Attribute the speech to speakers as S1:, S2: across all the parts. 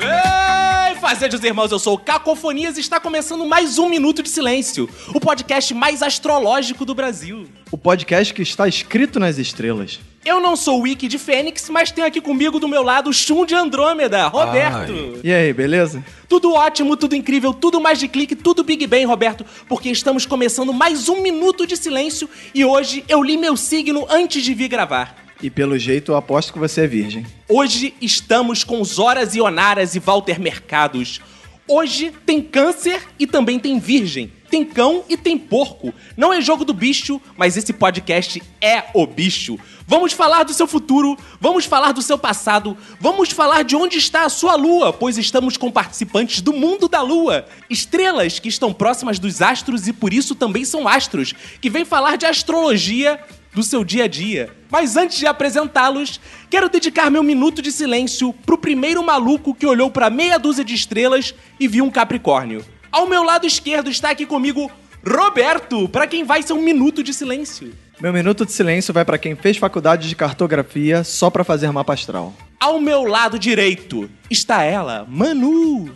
S1: Ei, Fazejos irmãos, eu sou o Cacofonias e está começando mais um Minuto de Silêncio, o podcast mais astrológico do Brasil.
S2: O podcast que está escrito nas estrelas.
S1: Eu não sou o Wiki de Fênix, mas tenho aqui comigo do meu lado o Shun de Andrômeda, Roberto.
S2: E aí, beleza?
S1: Tudo ótimo, tudo incrível, tudo mais de clique, tudo Big Bang, Roberto, porque estamos começando mais um Minuto de Silêncio e hoje eu li meu signo antes de vir gravar.
S2: E pelo jeito eu aposto que você é virgem.
S1: Hoje estamos com Zoras Ionaras e Walter Mercados. Hoje tem câncer e também tem virgem. Tem cão e tem porco. Não é jogo do bicho, mas esse podcast é o bicho. Vamos falar do seu futuro, vamos falar do seu passado, vamos falar de onde está a sua lua, pois estamos com participantes do mundo da lua. Estrelas que estão próximas dos astros e por isso também são astros, que vem falar de astrologia do seu dia a dia. Mas antes de apresentá-los, quero dedicar meu minuto de silêncio pro primeiro maluco que olhou pra meia dúzia de estrelas e viu um Capricórnio. Ao meu lado esquerdo está aqui comigo Roberto, pra quem vai ser um minuto de silêncio.
S2: Meu minuto de silêncio vai para quem fez faculdade de cartografia só para fazer mapa astral.
S1: Ao meu lado direito está ela, Manu.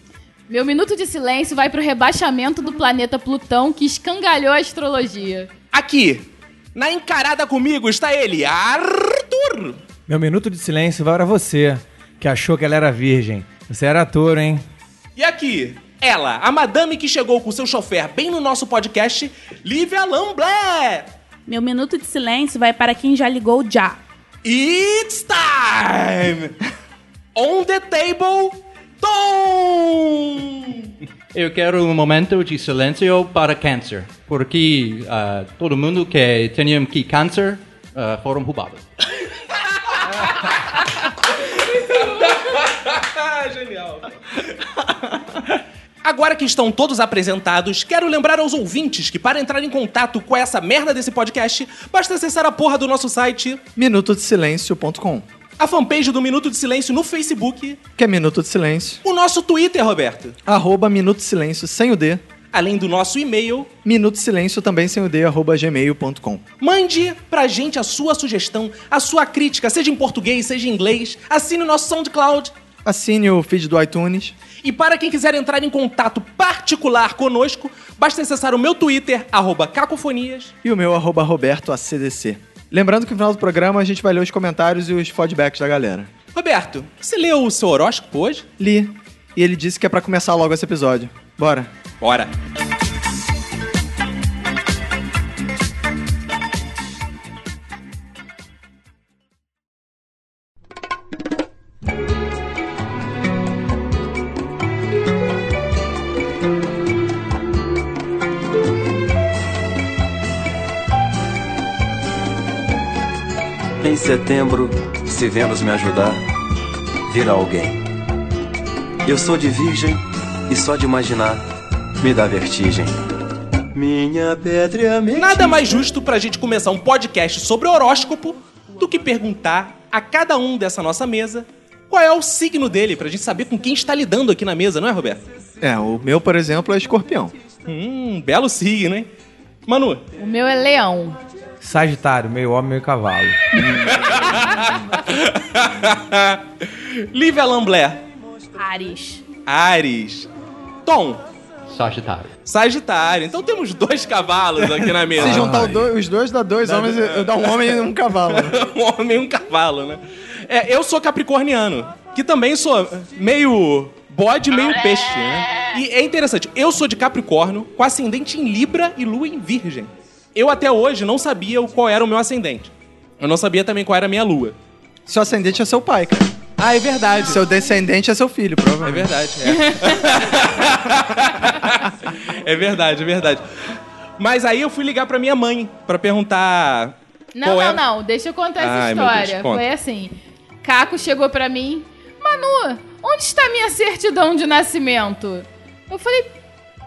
S3: Meu minuto de silêncio vai pro rebaixamento do planeta Plutão que escangalhou a astrologia.
S1: Aqui, na encarada comigo está ele, Arthur.
S4: Meu minuto de silêncio vai para você, que achou que ela era virgem. Você era touro, hein?
S1: E aqui, ela, a madame que chegou com seu chofer bem no nosso podcast, Lívia Lamblé.
S5: Meu minuto de silêncio vai para quem já ligou já.
S1: It's time! On the table, Tom!
S6: Eu quero um momento de silêncio para câncer, porque ah, todo mundo que tinha que câncer ah, foram roubados.
S1: Agora que estão todos apresentados, quero lembrar aos ouvintes que para entrar em contato com essa merda desse podcast, basta acessar a porra do nosso site,
S2: Minutodesilêncio.com,
S1: a fanpage do Minuto de Silêncio no Facebook,
S2: que é Minuto de Silêncio,
S1: o nosso Twitter, Roberto,
S2: arroba Minuto de Silêncio sem o D,
S1: além do nosso e-mail
S2: Minuto de Silêncio também sem o D, arroba gmail.com.
S1: Mande pra gente a sua sugestão, a sua crítica, seja em português, seja em inglês. Assine o nosso SoundCloud.
S2: Assine o feed do iTunes,
S1: E para quem quiser entrar em contato particular conosco, basta acessar o meu Twitter, arroba cacofonias.
S2: e o meu arroba Roberto ACDC. Lembrando que no final do programa a gente vai ler os comentários e os feedbacks da galera.
S1: Roberto, você leu o seu horóscopo hoje?
S2: Li, e ele disse que é pra começar logo esse episódio. Bora!
S1: Bora!
S7: Em setembro, se Vênus me ajudar, virá alguém. Eu sou de virgem e só de imaginar me dá vertigem. Minha pedra me
S1: Nada mais justo pra gente começar um podcast sobre horóscopo do que perguntar a cada um dessa nossa mesa qual é o signo dele, pra gente saber com quem está lidando aqui na mesa, não é, Roberto?
S2: É, o meu, por exemplo, é escorpião.
S1: Hum, belo signo, hein? Manu,
S3: O meu é leão.
S4: Sagitário, meio homem, meio cavalo.
S1: Lívia Lamblé,
S5: Ares.
S1: Ares, Tom,
S6: Sagitário.
S1: Sagitário. Então temos dois cavalos aqui na mesa.
S2: Se juntar o do- os dois, dá dois homens, e- dá um homem e um cavalo. né?
S1: um homem e um cavalo, né? É, eu sou capricorniano, que também sou meio bode, meio peixe, né? E é interessante, eu sou de Capricórnio, com ascendente em Libra e lua em Virgem. Eu até hoje não sabia o- qual era o meu ascendente. Eu não sabia também qual era a minha lua.
S2: Seu ascendente é seu pai, cara.
S1: Ah, é verdade.
S2: Seu descendente é seu filho,
S1: É
S2: provavelmente.
S1: verdade, é. é verdade, é verdade. Mas aí eu fui ligar pra minha mãe pra perguntar.
S3: Não,
S1: qual é
S3: não,
S1: era-
S3: não. Deixa eu contar essa
S1: Ai, meu Deus,
S3: história.
S1: conta.
S3: Foi assim. Caco chegou pra mim: Manu, onde está minha certidão de nascimento? Eu falei: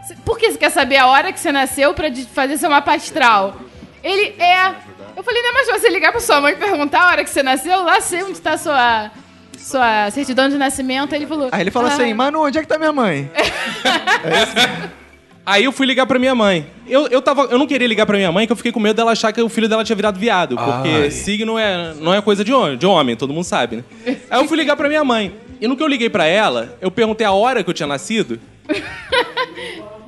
S3: "Cê- Por que você quer saber a hora que você nasceu pra de- fazer seu mapa astral? Ele é. Eu falei: Não é mais você ligar pra sua mãe e perguntar a hora que você nasceu? Lá sei onde está sua, sua certidão de nascimento. Aí ele falou:
S2: Aí ele fala
S3: "Ah,
S2: assim, Manu, onde é que tá minha mãe?
S1: Aí eu fui ligar pra minha mãe. Eu, eu, tava, eu não queria ligar pra minha mãe, que eu fiquei com medo dela achar que o filho dela tinha virado viado. Porque signo é, não é coisa de homem, de homem, todo mundo sabe, né? Aí eu fui ligar pra minha mãe. E no que eu liguei pra ela, eu perguntei a hora que eu tinha nascido.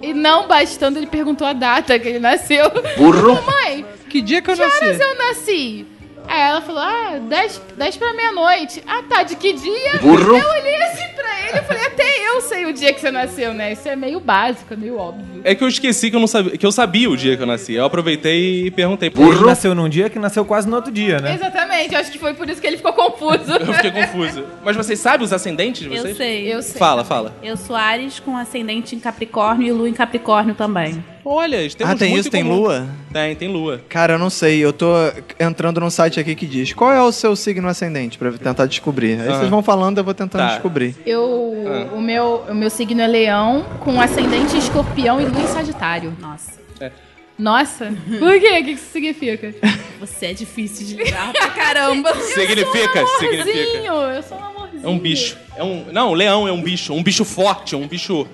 S3: E não bastando, ele perguntou a data que ele nasceu.
S7: Burro.
S3: Mãe,
S4: Que dia que eu
S3: que horas
S4: nasci?
S2: é
S3: eu nasci? Aí ela falou, ah, 10, 10 pra meia-noite. Ah, tá, de que dia?
S7: Burro.
S3: Eu olhei assim pra ele e falei, até eu sei o dia que você nasceu, né? Isso é meio básico, é meio óbvio.
S1: É que eu esqueci que eu, não sabia, que eu sabia o dia que eu nasci. Eu aproveitei e perguntei.
S4: Ele nasceu num dia que nasceu quase no outro dia, né?
S3: Exatamente, acho que foi por isso que ele ficou confuso.
S1: É. Eu fiquei confuso. Mas vocês sabem os ascendentes de vocês?
S5: Eu sei.
S3: Eu sei.
S1: Fala, fala.
S5: Eu sou Ares com ascendente em Capricórnio e Lua em Capricórnio também.
S1: Olha, eles temos
S2: ah, tem
S1: muito
S2: isso?
S1: em
S2: Tem
S1: comum.
S2: lua?
S1: Tem, tem lua.
S2: Cara, eu não sei. Eu tô entrando num site aqui que diz qual é o seu signo ascendente pra tentar descobrir. Aí
S1: Ah.
S2: vocês vão falando, eu vou tentando
S1: Tá.
S2: descobrir.
S3: Eu,
S1: Ah.
S3: o, meu, o meu signo é leão, com ascendente em escorpião e lua em sagitário.
S5: Nossa,
S1: É.
S3: Nossa, por quê? O que isso significa?
S5: você é difícil de lidar pra caramba.
S1: Significa, significa.
S3: um Amorzinho, eu sou um amorzinho.
S1: É um bicho. É um, não, um leão é um bicho. Um bicho forte, um bicho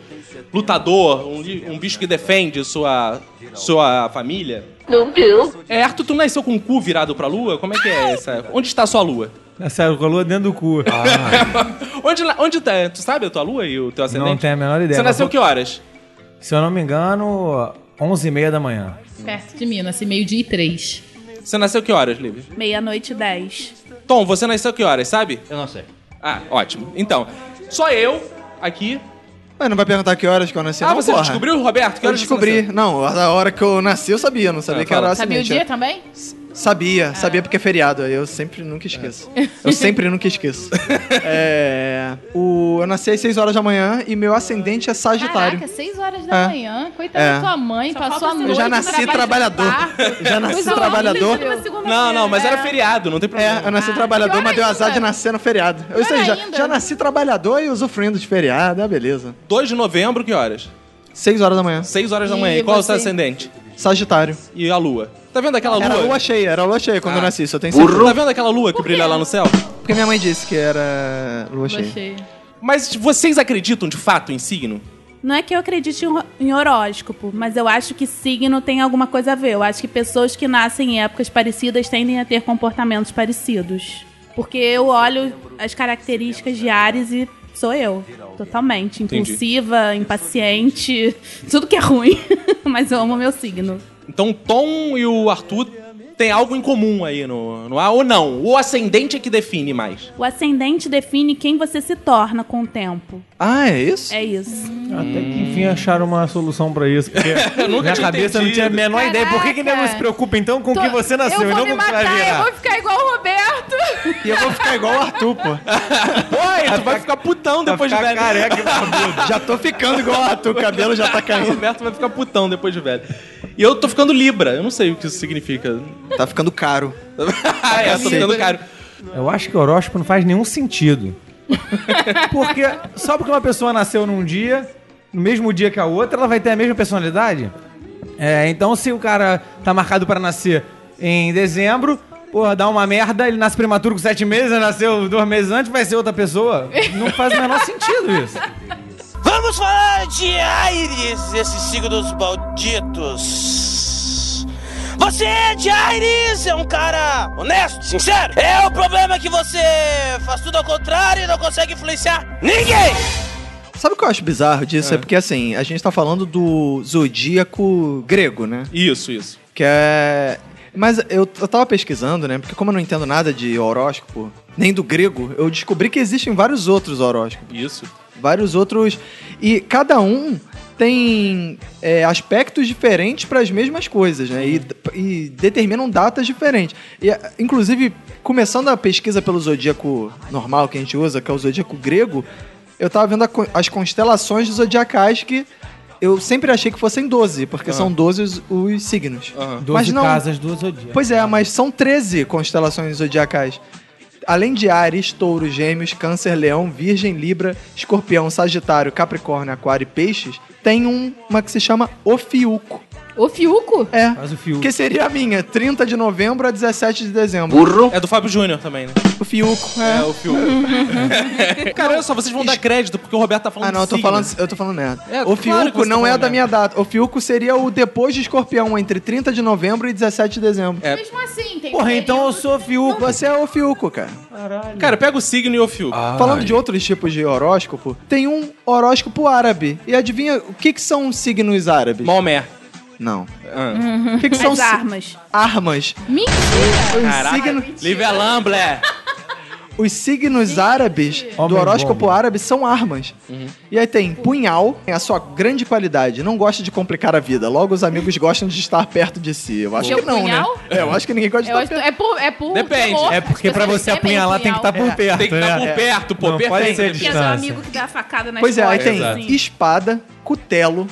S1: lutador, um, li- um bicho que defende sua, sua família. É, Arthur, tu nasceu com o cu virado pra lua? Como é que é essa? Onde está a sua lua?
S4: Nasceu com a lua dentro do cu.
S1: Onde, na- onde tá? Tu sabe a tua lua e o teu ascendente?
S4: não tenho a menor ideia.
S1: Você nasceu
S4: mas
S1: que horas?
S4: foi- Se eu não me engano, 11h30 da manhã.
S3: Perto de mim, eu nasci meio dia e três.
S1: Você nasceu que horas, Lívia?
S5: Meia-noite e dez.
S1: Tom, você nasceu que horas, sabe?
S6: Eu não sei.
S1: Ah, ótimo. Então, só eu aqui.
S2: Mas não vai perguntar que horas que eu nasci,
S1: ah,
S2: não,
S1: você
S2: Então porra.
S1: descobriu, Roberto? Que
S2: Eu
S1: horas você
S2: descobri.
S1: nasceu?
S2: Não, a hora que eu nasci eu sabia, não sabia
S1: Ah,
S2: que era
S1: fala.
S2: o
S3: Sabia o
S2: ascendente. é
S3: dia também?
S2: Eu sabia, sabia porque é feriado. aí Eu sempre nunca esqueço.
S3: É.
S2: Eu sempre nunca esqueço. é, o, eu nasci às 6 horas da manhã e meu ascendente é Sagitário.
S3: Caraca, 6 horas da
S2: É.
S3: manhã. Coitada
S2: É.
S3: da tua mãe,
S5: Só
S3: passou
S5: falta
S3: a
S5: ser-
S3: noite.
S2: Eu já nasci trabalhador. Já nasci
S3: Coisa
S2: trabalhador.
S3: horrível.
S1: Não, não, mas era
S3: é
S1: feriado, não tem problema.
S2: É, eu nasci
S3: Ah,
S2: trabalhador,
S3: pior
S2: mas deu azar de
S3: ainda.
S2: nascer no feriado. Eu
S3: Pior
S2: sei, já,
S3: ainda.
S2: já nasci trabalhador e usufruindo de feriado, é beleza.
S1: 2 de novembro, que horas?
S2: 6 horas da manhã.
S1: 6 horas da
S3: E
S1: manhã. E qual é o seu
S3: você?
S1: ascendente?
S2: Sagitário.
S1: E a lua? Tá vendo aquela lua?
S2: Era lua cheia, era lua cheia quando
S1: Ah.
S2: eu nasci, só tem
S1: Tá vendo aquela lua que brilha lá no céu?
S2: Porque minha mãe disse que era lua cheia.
S3: Achei.
S1: Mas vocês acreditam de fato em signo?
S5: Não é que eu acredite em ho- em horóscopo, mas eu acho que signo tem alguma coisa a ver. Eu acho que pessoas que nascem em épocas parecidas tendem a ter comportamentos parecidos. Porque eu olho as características de Ares e sou eu, totalmente.
S1: Entendi.
S5: Impulsiva, impaciente, tudo que é ruim. mas eu amo meu signo.
S1: Então o Tom e o Arthur têm algo em comum aí no, no ar, ou não? O ascendente é que define mais.
S5: O ascendente define quem você se torna com o tempo.
S2: Ah, é isso?
S5: É isso.
S4: Até que enfim acharam uma solução pra isso. Porque
S1: nunca
S4: minha
S1: tinha
S4: cabeça não
S1: entendido.
S4: tinha a menor ideia. Por que, que
S3: Caraca.
S4: nego se preocupa então com o que
S3: Tô-
S4: você nasceu
S3: eu
S4: e
S3: vou
S4: não
S3: me
S4: com o que vai
S3: matar, Eu
S4: virar?
S3: vou ficar igual o Roberto.
S2: E eu vou ficar igual o Arthur, pô.
S1: Oi, tu vai ficar putão depois de velho.
S3: É.
S2: Já tô ficando igual o Arthur, o cabelo já tá
S1: O
S2: caindo.
S1: Roberto vai ficar putão depois de velho. E eu tô ficando Libra, eu não sei o que isso significa.
S2: Tá ficando caro.
S1: ah, é, eu tô ficando caro.
S4: Eu acho que horóscopo não faz nenhum sentido. Porque só porque uma pessoa nasceu num dia, no mesmo dia que a outra, ela vai ter a mesma personalidade? É, então se o cara tá marcado pra nascer em dezembro, porra, dá uma merda, ele nasce prematuro com sete meses, ele nasceu dois meses antes, vai ser outra pessoa. Não faz o menor sentido isso.
S8: Vamos falar de Aires, esses signos malditos. Você é de Aires, é um cara honesto, sincero. É o problema é que você faz tudo ao contrário e não consegue influenciar ninguém.
S2: Sabe o que eu acho bizarro disso? É. porque, assim, a gente tá falando do zodíaco grego, né?
S1: Isso, isso.
S2: Que é... Mas eu, eu tava pesquisando, né? Porque como eu não entendo nada de horóscopo, nem do grego, eu descobri que existem vários outros horóscopos.
S1: Isso.
S2: Vários outros... E cada um tem é, aspectos diferentes para as mesmas coisas, né? E, e determinam datas diferentes. E, inclusive, começando a pesquisa pelo zodíaco normal que a gente usa, que é o zodíaco grego, eu tava vendo a co- as constelações zodiacais que eu sempre achei que fossem 12, porque são 12 os, os signos.
S1: Aham.
S2: Mas
S4: Doze
S2: não.
S4: casas, duas odias.
S2: Pois é, mas são 13 constelações zodiacais. Além de Ares, Touro, Gêmeos, Câncer, Leão, Virgem, Libra, Escorpião, Sagitário, Capricórnio, Aquário e Peixes, tem um- uma que se chama Ofiuco.
S3: O Fiuco?
S2: É.
S4: Faz o fio.
S2: Que seria a minha, 30 de novembro a 17 de dezembro.
S1: É do Fábio Júnior também, né?
S2: O Fiuco,
S1: É,
S2: é.
S1: o filme. Cara, olha só, vocês vão dar crédito porque o Roberto tá falando
S2: Ah, não, eu
S1: de
S2: tô
S1: signo.
S2: falando, eu tô falando merda.
S1: É, claro
S2: o
S1: que
S2: Fiuco
S1: você tá
S2: não é
S1: falando
S2: da minha data. O Fiuco seria o depois de Escorpião, entre 30 de novembro e 17 de dezembro.
S1: É.
S3: Mesmo assim, tem
S4: Porra, então eu
S3: período-
S4: sou fiuco.
S2: Você é o Fiuco, cara.
S1: Cara, pega o signo e o filme.
S2: Falando de outros tipos de horóscopo, tem um horóscopo árabe. E adivinha o que, que são os signos árabes?
S1: Maomé.
S2: não. O que, que são
S5: As
S2: si-
S5: armas.
S2: armas?
S3: Mentira!
S2: Os,
S1: Caraca.
S2: signo-
S1: Live Alamblé.
S2: os signos árabes do
S4: Homem
S2: horóscopo
S4: bomba.
S2: árabe são armas. E aí tem punhal, é a sua grande qualidade. Não gosta de complicar a vida. Logo, os amigos gostam de estar perto de si. Eu acho
S3: Seu
S2: que não,
S3: punhal?
S2: né? É, eu acho que ninguém gosta de
S3: Eu
S2: estar
S3: acho que
S2: perto.
S3: é por. É por
S1: Depende.
S3: temor.
S4: É porque
S3: As
S4: pra
S3: pessoas
S4: você
S3: temem
S4: apunhalar tem que estar
S2: É,
S3: punhal.
S4: por
S2: tá
S4: perto.
S1: Tem que estar
S4: né?
S1: por perto, pô.
S4: Não
S1: perfeito.
S4: pode ser
S5: Que é seu
S4: distância.
S5: amigo que dá a facada na
S2: Ah, Pois é, aí
S5: escola,
S2: tem
S5: assim.
S2: espada, cutelo,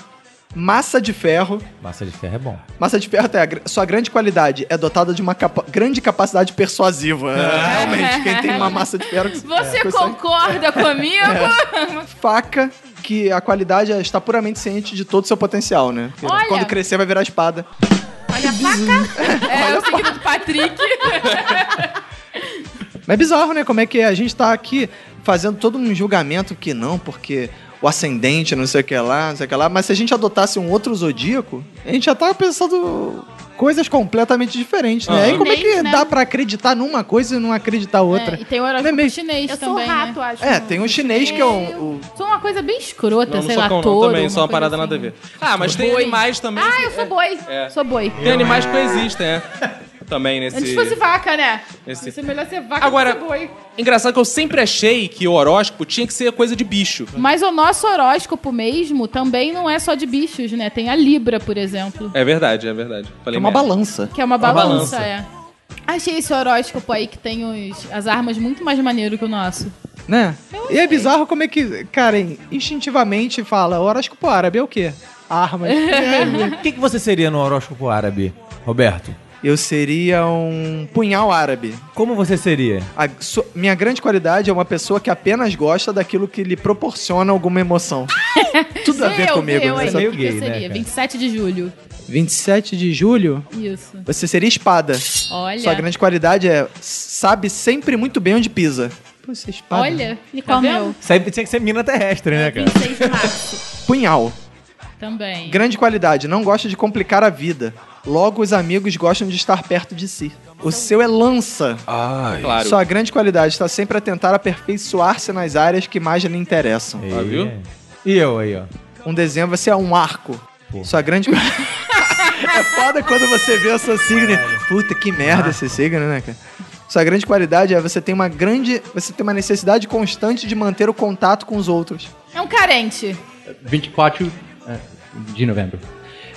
S2: massa de ferro,
S4: Massa de ferro é bom.
S2: Massa de ferro tem a gr- sua grande qualidade, é dotada de uma capa- grande capacidade persuasiva. É, Realmente, quem tem uma massa de ferro... que-
S3: Você
S2: é, consegue-
S3: concorda comigo?
S4: É.
S2: Faca, que a qualidade é estar puramente ciente de todo o seu potencial, né? Porque
S3: Olha.
S2: Quando crescer vai virar espada.
S3: Olha a faca. É o signo do Patrick.
S2: Mas é bizarro, né? Como é que é? a gente tá aqui fazendo todo um julgamento que não, porque o ascendente, não sei o que lá, não sei o que lá. Mas se a gente adotasse um outro zodíaco, a gente já tava pensando coisas completamente diferentes, né?
S1: Aham.
S2: Aí como é que
S3: Chinês, né?
S2: dá pra acreditar numa coisa e não acreditar outra?
S3: É, e tem o horóscopo
S2: Não é mesmo?
S3: chinês
S5: Eu sou
S3: também. né?
S5: rato, acho.
S2: É, tem um chinês que é um. o-
S3: Sou uma coisa bem escrota,
S1: Não, não
S3: sei
S1: sou
S3: lá,
S1: cão, não,
S3: touro.
S1: também. Só uma
S3: coisa
S1: parada
S3: assim.
S1: nada a ver. Ah, mas tem
S3: Boi.
S1: animais também.
S3: Ah, eu sou boi.
S1: É.
S3: Sou boi.
S1: Tem animais que existem, é. Também
S3: Antes
S1: nesse...
S3: fosse vaca, né?
S1: Esse-
S3: Isso é melhor ser vaca
S1: Agora,
S3: do que ser boi.
S1: engraçado que eu sempre achei que o horóscopo tinha que ser coisa de bicho.
S3: Mas o nosso horóscopo mesmo também não é só de bichos, né? Tem a Libra, por exemplo.
S1: É verdade, é verdade. Falei
S2: É uma
S1: merda.
S2: balança.
S3: Que é uma
S1: balança.
S3: balança, é. Achei esse horóscopo aí que tem os, as armas muito mais maneiro que o nosso.
S2: Né? E é bizarro como é que, cara, instintivamente fala, horóscopo árabe é o quê? Armas.
S4: O que, que você seria no horóscopo árabe, Roberto?
S2: Eu seria um punhal árabe.
S4: Como você seria?
S2: A su- minha grande qualidade é uma pessoa que apenas gosta daquilo que lhe proporciona alguma emoção. Tudo a ver
S3: Meu,
S2: comigo.
S3: meu,
S2: né?
S3: aí,
S4: Você é meio
S3: o que que
S4: gay, né,
S3: seria?
S4: cara?
S3: 27 de julho.
S2: 27 de julho,
S3: Isso.
S2: você seria espada.
S3: Olha.
S2: Sua grande qualidade é sabe sempre muito bem onde pisa. Pô, você é espada.
S3: Olha.
S5: E
S3: tá
S5: qual
S3: vendo?
S5: meu?
S4: Isso aí tinha que ser mina terrestre, né, cara?
S5: 26 de março.
S2: Punhal.
S3: Também.
S2: Grande qualidade, não gosta de complicar a vida. Logo, os amigos gostam de estar perto de si. O seu é lança.
S9: Ai,
S1: Claro.
S2: Sua grande qualidade está sempre a tentar aperfeiçoar-se nas áreas que mais lhe interessam.
S4: E...
S1: Ah, viu?
S4: E eu aí, ó.
S2: Um desenho, você é um arco. Sua grande. é foda quando você vê o seu signo. Puta que
S4: Ah.
S2: merda esse signo, né, cara? Sua grande qualidade é você tem uma grande. Você tem uma necessidade constante de manter o contato com os outros.
S3: É um carente.
S6: 24 eh, de novembro.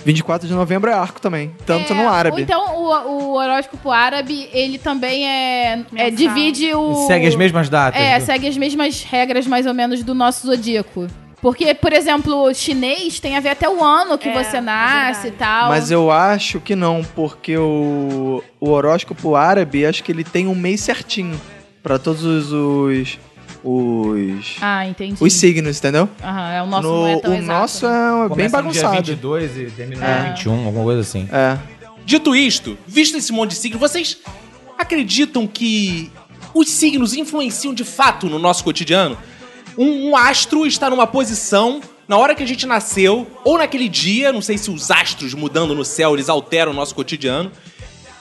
S2: 24 de novembro é arco também. Tanto
S3: É,
S2: no
S3: Ou
S2: árabe.
S3: então o, o horóscopo árabe, ele também é, é
S5: Mensal.
S3: divide o...
S4: Segue as mesmas
S2: Ah,
S4: datas.
S3: É,
S4: do-
S3: segue as mesmas regras, mais ou menos, do nosso zodíaco. Porque, por exemplo, o chinês tem a ver até o ano que
S5: É,
S3: você nasce
S5: verdade.
S3: e tal.
S2: Mas eu acho que não, porque o, o horóscopo árabe, acho que ele tem um mês certinho pra todos os os os,
S3: Ah, entendi.
S2: os signos, entendeu?
S3: Aham, é, o nosso
S2: No-
S3: não é tão
S2: o
S3: exato,
S2: nosso
S3: né?
S2: é bem
S4: Começa no dia
S2: bagunçado.
S4: 22 e termina no dia 21, alguma coisa assim.
S2: É.
S1: Dito isto, visto esse monte de signos, vocês acreditam que os signos influenciam de fato no nosso cotidiano? Um, um astro está numa posição na hora que a gente nasceu, ou naquele dia, não sei se os astros mudando no céu, eles alteram o nosso cotidiano.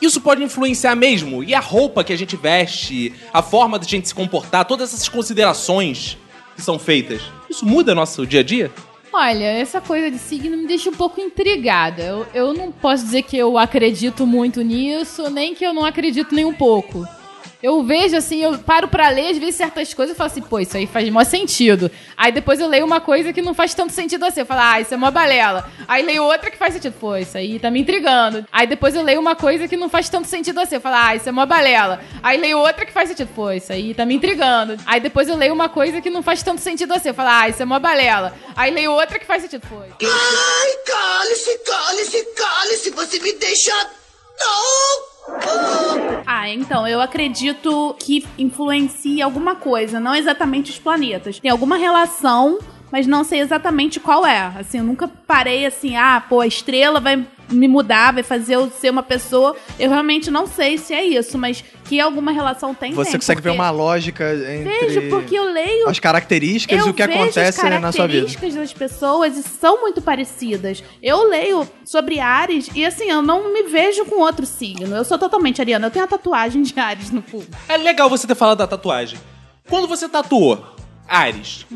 S1: Isso pode influenciar mesmo. E a roupa que a gente veste, a forma da gente se comportar, todas essas considerações que são feitas. Isso muda nosso dia a dia?
S3: Olha, essa coisa de signo me deixa um pouco intrigada. Eu, eu não posso dizer que eu acredito muito nisso, nem que eu não acredito nem um pouco. Eu vejo assim, eu paro pra ler, às vezes certas coisas e falo assim, pô, isso aí faz mó sentido. Aí depois eu leio uma coisa que não faz tanto sentido assim. Eu falo, ah, isso é mó balela. Aí leio outra que faz sentido. Pô, isso aí tá me intrigando. Aí depois eu leio uma coisa que não faz tanto sentido assim. Eu falo, ah, isso é mó balela. Aí leio outra que faz sentido. Pô, isso aí tá me intrigando. Aí depois eu leio uma coisa que não faz tanto sentido assim. Eu falo, ah, isso é mó balela. Aí leio outra que faz sentido. Pô,
S8: Ai, cale-se, cale-se, cale-se, você me deixa. Não!
S5: Ah, então, eu acredito que influencia alguma coisa, não exatamente os planetas. Tem alguma relação, mas não sei exatamente qual é. Assim, eu nunca parei assim, ah, pô, a estrela vai me mudar, vai fazer eu ser uma pessoa. Eu realmente não sei se é isso, mas que alguma relação tem,
S2: Você
S5: tem,
S2: consegue ver
S5: porque-
S2: uma lógica entre
S5: Vejo, porque eu leio
S2: as características
S5: eu
S2: e o que
S5: vejo
S2: acontece
S5: as
S2: na sua vida.
S5: características das pessoas e são muito parecidas. Eu leio sobre Ares e assim, eu não me vejo com outro signo. Eu sou totalmente ariana. Eu tenho a tatuagem de Ares no pulso.
S1: É legal você ter falado da tatuagem. Quando você tatuou Ares,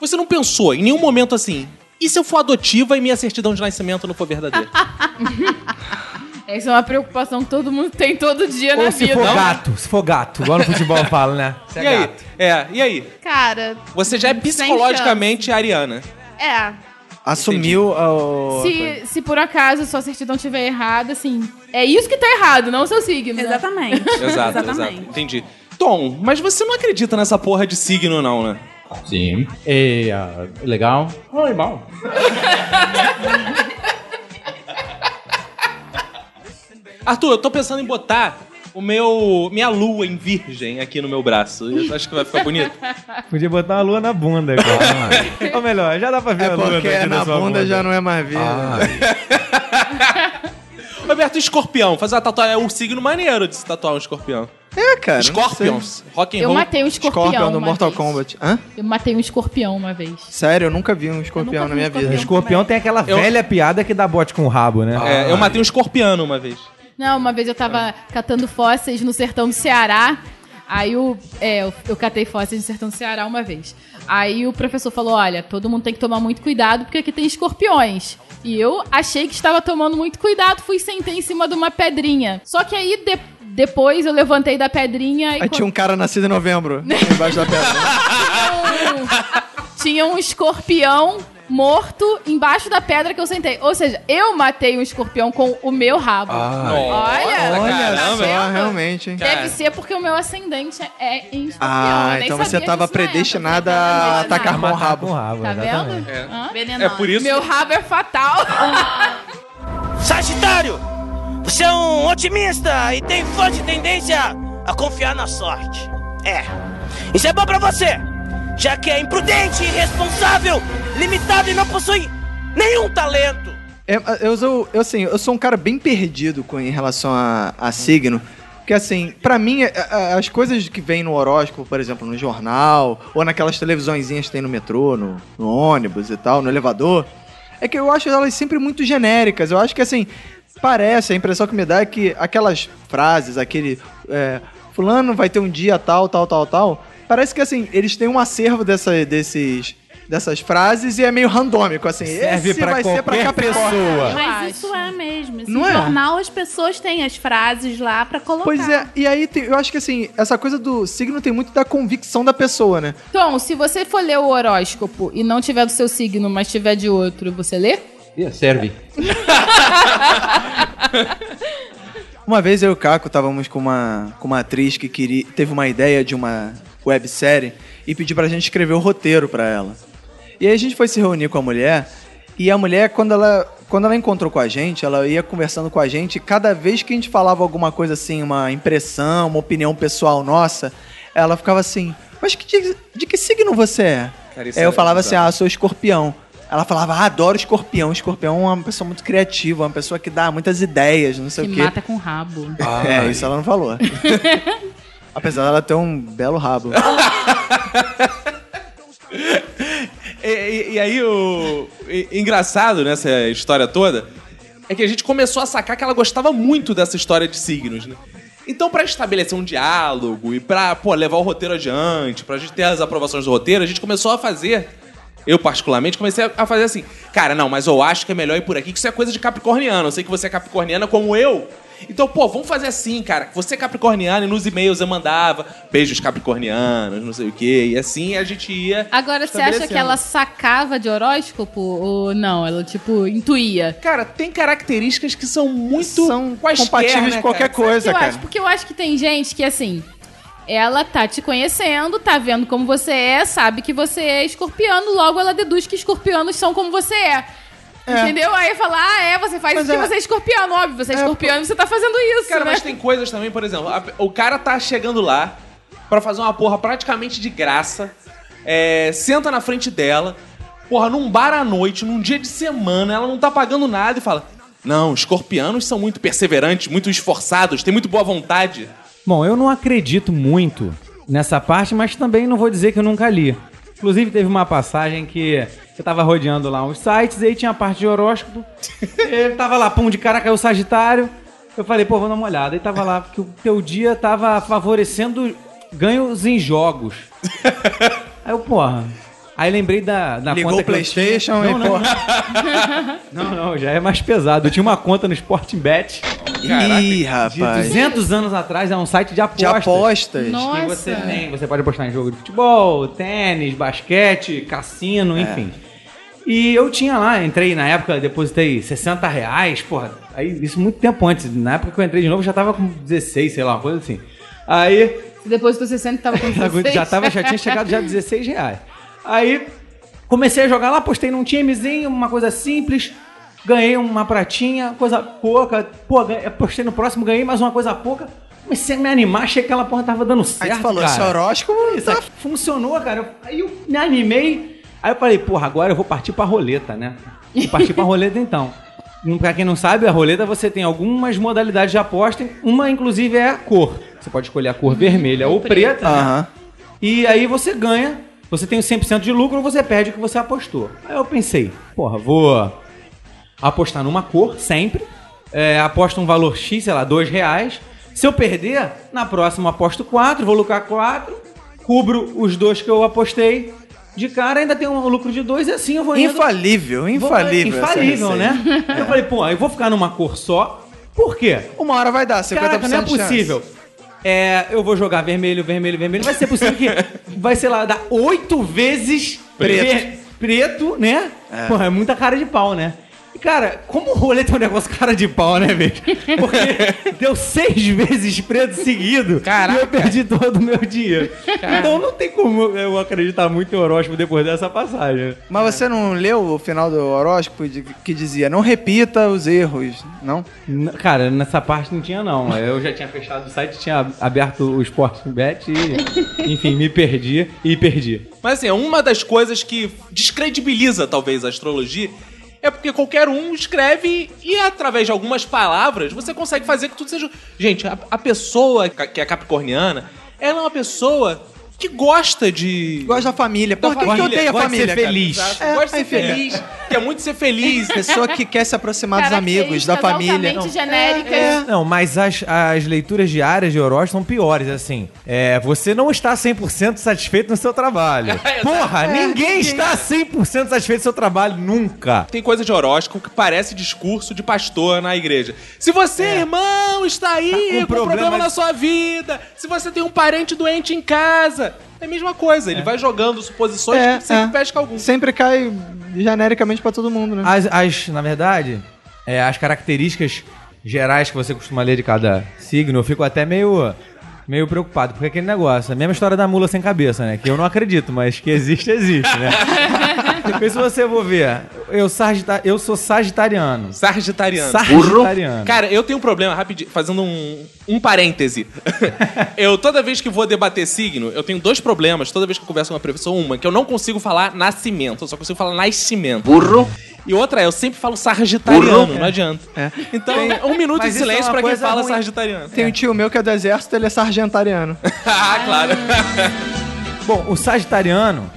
S1: você não pensou em nenhum momento assim, e se eu for adotiva e minha certidão de nascimento não for verdadeira?
S3: Essa é uma preocupação que todo mundo tem todo dia na
S4: Ou se
S3: vida.
S4: for gato, se for gato, igual no futebol eu falo, né? Se
S1: e aí? É, e aí?
S5: Cara,
S1: Você já é psicologicamente ariana.
S5: é.
S2: Assumiu o.
S4: né?
S3: Se, se por acaso sua certidão estiver errada, assim, é isso que tá errado, não o seu signo. né?
S5: Exatamente.
S1: Exato, exato. Entendi. Tom, mas você não acredita nessa porra de signo, não, né?
S6: Sim. É ah, legal. Não é mal.
S1: Arthur, eu tô pensando em botar o meu. minha lua em virgem aqui no meu braço. Eu acho que vai ficar bonito.
S4: Podia botar uma lua na bunda, cara. Ou melhor, já dá pra ver
S2: É
S4: a lua
S2: porque
S4: dentro da
S2: na
S4: sua
S2: bunda, já não é mais vida.
S1: Roberto, escorpião. Fazer uma tatuagem é um signo maneiro de se tatuar um escorpião.
S2: é, cara. não sei.
S1: Scorpions. Rock and
S3: Eu
S1: roll.
S3: matei um escorpião.
S2: Scorpion do
S3: uma
S2: Mortal
S3: vez.
S2: Kombat. Hã?
S3: Eu matei um escorpião uma vez.
S2: Sério, eu nunca vi um escorpião
S5: vi
S2: na
S5: um
S2: minha vida.
S4: O escorpião tem aquela
S1: Eu-
S4: velha piada que dá bote com o rabo,
S8: Ah.
S4: né?
S1: É, eu matei um escorpiano uma vez.
S3: Não, uma vez eu tava
S2: Ah.
S3: catando fósseis no sertão do Ceará. Aí o. É, eu, eu catei fósseis no sertão do Ceará uma vez. Aí o professor falou: olha, todo mundo tem que tomar muito cuidado porque aqui tem escorpiões. E eu achei que estava tomando muito cuidado, fui sentei em cima de uma pedrinha. Só que aí de- depois eu levantei da pedrinha e.
S2: Aí tinha um cara nascido em novembro, embaixo da pedra.
S3: tinha um escorpião morto embaixo da pedra que eu sentei. Ou seja, eu matei um escorpião com o meu rabo. Olha!
S2: Olha
S3: Tá
S2: só,
S3: vendo?
S2: realmente, hein?
S3: Deve ser porque o meu ascendente é em escorpião. Eu
S2: Ah,
S3: nem
S2: então você
S3: sabia
S2: tava
S3: disso na época.
S2: predestinada a atacar com o
S4: Matar com o
S2: rabo.
S4: rabo,
S3: Tá
S4: exatamente.
S3: vendo? Hã?
S1: É por isso.
S3: Meu rabo é fatal.
S8: Sagitário, você é um otimista e tem forte tendência a confiar na sorte. É. Isso é bom pra você, já que é imprudente, irresponsável, limitado e não possui nenhum talento.
S2: É, eu, sou, eu, assim, eu sou um cara bem perdido com, em relação a, a signo. Porque, assim, pra mim, a- a- as coisas que vêm no horóscopo, por exemplo, no jornal, ou naquelas televisõezinhas que tem no metrô, no, no ônibus e tal, no elevador, é que eu acho elas sempre muito genéricas. Eu acho que, assim, parece, a impressão que me dá é que aquelas frases, aquele. é, Fulano vai ter um dia tal, tal, tal, tal. Parece que, assim, eles têm um acervo dessa, desses. Dessas frases e é meio randômico, assim.
S4: Serve
S2: Esse
S4: pra
S2: vai ser pra
S4: qualquer
S2: Capricórnio.
S4: pessoa.
S3: acho.
S5: Mas isso é mesmo. Assim,
S2: Não
S5: no
S2: é?
S5: jornal as pessoas têm as frases lá pra colocar.
S2: Pois é, e aí tem- eu acho que assim, essa coisa do signo tem muito da convicção da pessoa, né?
S3: Tom, se você for ler o horóscopo e não tiver do seu signo, mas tiver de outro, você lê?
S6: Yeah, serve.
S2: Uma vez eu e o Caco estávamos com uma, com uma atriz que queria, teve uma ideia de uma websérie e pediu pra gente escrever o roteiro pra ela. E aí a gente foi se reunir com a mulher e a mulher, quando ela, quando ela encontrou com a gente, ela ia conversando com a gente e cada vez que a gente falava alguma coisa assim, uma impressão, uma opinião pessoal nossa, ela ficava assim, mas que de, de que signo você é?
S1: Cara, isso
S2: aí eu
S1: é
S2: falava assim,
S1: bizarro.
S2: ah, sou escorpião. Ela falava, ah, adoro escorpião. Escorpião é uma pessoa muito criativa, uma pessoa que dá muitas ideias, não sei
S3: Que
S2: o quê.
S3: mata com rabo.
S2: É, isso ela não falou. Apesar dela ter um belo rabo.
S1: E, e- e aí, o e- engraçado nessa história toda é que a gente começou a sacar que ela gostava muito dessa história de signos, né? Então, pra estabelecer um diálogo e pra pô, levar o roteiro adiante, pra gente ter as aprovações do roteiro, a gente começou a fazer. Eu, particularmente, comecei a- a fazer assim. Cara, não, mas eu acho que é melhor ir por aqui, que isso é coisa de capricorniano. Eu sei que você é capricorniana como eu. Então, pô, vamos fazer assim, cara. Você é capricorniano e nos e-mails eu mandava beijos capricornianos, não sei o quê. E assim a gente ia.
S3: Agora, você acha que
S1: estabelecendo.
S3: ela sacava de horóscopo ou não? Ela, tipo, intuía?
S1: Cara, tem características que são muito
S2: São
S1: quaisquer,
S2: compatíveis
S1: né,
S2: com qualquer
S1: cara?
S2: coisa,
S3: eu
S2: cara.
S3: acho, porque eu acho que tem gente que, assim, ela tá te conhecendo, tá vendo como você é, sabe que você é escorpiano, logo ela deduz que escorpianos são como você é. Entendeu? Aí fala, ah, é, você faz
S2: Mas
S3: isso porque
S2: é-
S3: você é escorpião. Óbvio, você é, escorpião e você tá fazendo isso,
S1: Cara,
S3: né?
S1: mas tem coisas também, por exemplo, a- o cara tá chegando lá pra fazer uma porra praticamente de graça, é, senta na frente dela, porra, num bar à noite, num dia de semana, ela não tá pagando nada e fala: Não, escorpianos são muito perseverantes, muito esforçados, têm muito boa vontade.
S4: Bom, eu não acredito muito nessa parte, mas também não vou dizer que eu nunca li. Inclusive, teve uma passagem que eu tava rodeando lá uns sites, e aí tinha a parte de horóscopo. Ele tava lá, pum, de cara caiu o Sagitário. Eu falei, pô, vou dar uma olhada. E tava lá, que o teu dia tava favorecendo ganhos em jogos. aí eu, porra. Aí lembrei da, da
S2: Ligou
S4: conta
S2: o
S4: que eu-
S2: Playstation
S4: Não,
S2: e
S4: não,
S2: porra.
S4: Não, não, já é mais pesado. Eu tinha uma conta no Sporting Bet
S2: Ih,
S4: de
S2: rapaz.
S4: 200 anos atrás, é um site de
S2: De
S4: apostas.
S2: apostas.
S3: Nossa.
S4: Que você tem, você pode apostar em jogo de futebol, tênis, basquete, cassino, enfim. E eu tinha lá, entrei na época, depositei 60 reais, porra, aí isso muito tempo antes. Na época que eu entrei de novo, já tava com 16, sei lá, uma coisa assim. Aí
S3: Depois do 60 tava com
S4: Tá já
S3: 16.
S4: tava, já tinha chegado já a 16 reais. Aí comecei a jogar lá, postei num timezinho, uma coisa simples. Ganhei uma pratinha, coisa pouca. Pô, ganhei- postei no próximo, ganhei mais uma coisa pouca. Comecei a me animar, achei que aquela porra tava dando certo.
S2: Aí tu falou,
S4: cara.
S2: esse horóscopo não
S4: Isso
S2: tá...
S4: aqui funcionou, cara. Eu- Aí eu me animei. Aí eu falei, porra, agora eu vou partir pra roleta, né? Vou partir pra roleta então. Hum, Pra quem não sabe, a roleta você tem algumas modalidades de aposta. Uma, inclusive, é a cor. Você pode escolher a cor vermelha ou preta. né?
S2: Aham.
S4: E aí você ganha, você tem os 100% de lucro, você perde o que você apostou. Aí eu pensei, porra, vou apostar numa cor sempre, é, aposto um valor X, sei lá, dois reais. Se eu perder, na próxima eu aposto 4, vou lucrar 4, cubro os dois que eu apostei de cara, ainda tem um lucro de dois e assim eu vou indo.
S2: Infalível,
S4: vou-
S2: infalível. essa
S4: Infalível, né?
S2: receita.
S4: Eu falei, pô, eu vou ficar numa cor só. Por quê?
S2: Uma hora vai dar, 50%
S4: Caraca, não é
S2: de chance.
S4: possível. É, eu vou jogar vermelho, vermelho, vermelho. Vai ser possível que vai, sei lá, dar oito vezes
S2: Preto.
S4: ver- preto, né?
S2: É.
S4: Porra, é muita cara de pau, né? E, cara, como o roleta é um negócio cara de pau, né, bicho? Porque deu seis vezes preto seguido e eu perdi todo o meu dinheiro. Então não tem como eu acreditar muito em horóscopo depois dessa passagem.
S2: Mas você não leu o final do horóscopo de- que dizia não repita os erros, não?
S4: N- Cara, nessa parte não tinha, não. Eu já tinha fechado o site, tinha aberto o Sporting Bet e, enfim, me perdi e perdi.
S1: Mas assim, é uma das coisas que descredibiliza talvez a astrologia é porque qualquer um escreve e através de algumas palavras você consegue fazer que tudo seja. Gente, a, a pessoa ca- que é capricorniana, ela é uma pessoa que gosta de.
S2: Gosta da família. Por que, que
S4: família,
S2: odeia a
S4: gosta de ser
S2: família? cara?
S4: feliz.
S1: Exato.
S2: É,
S1: gosta de ser
S2: aí fica.
S1: feliz, quer muito ser feliz.
S2: Pessoa que quer se aproximar dos
S3: é
S2: amigos, da família.
S3: Não.
S2: Não.
S3: genéricas.
S4: É. Não, mas as, as leituras diárias de Orochi são piores, assim. É, você não está 100% satisfeito no seu trabalho. Porra, É, ninguém está 100% satisfeito no seu trabalho nunca.
S1: Tem coisa de horóscopo que parece discurso de pastor na igreja. Se você, irmão, está aí
S4: com
S1: com, um
S4: problema
S1: problema na
S4: de-
S1: sua vida, se você tem um parente doente em casa, é a mesma coisa. Ele vai jogando suposições
S2: É,
S1: que sempre
S2: é.
S1: pesca algum.
S2: Sempre cai genericamente pra todo mundo, né?
S4: As, as, na verdade, é, as características gerais que você costuma ler de cada signo, eu fico até meio, meio preocupado, porque é aquele negócio, a mesma história da mula sem cabeça, né? Que eu não acredito, mas que existe, existe, né? Depois se você for ver, eu, sagita, eu sou sagitariano.
S1: Sargitariano.
S4: Sagitariano.
S1: Cara, eu tenho um problema, rapidinho, fazendo um, um parêntese. eu, toda vez que vou debater signo, eu tenho dois problemas, toda vez que eu converso com uma pessoa, uma, que eu não consigo falar nascimento, eu só consigo falar nascimento. Burro. E outra é, eu sempre falo sargitariano, não adianta. Então, um minuto
S4: É. Mas
S1: de
S4: isso é
S1: silêncio
S4: uma
S1: pra quem
S4: coisa
S1: fala
S4: ruim.
S1: sargitariano.
S2: Tem um tio meu que é do exército, ele é sargentariano.
S1: ah, claro.
S4: Bom, o sagitariano,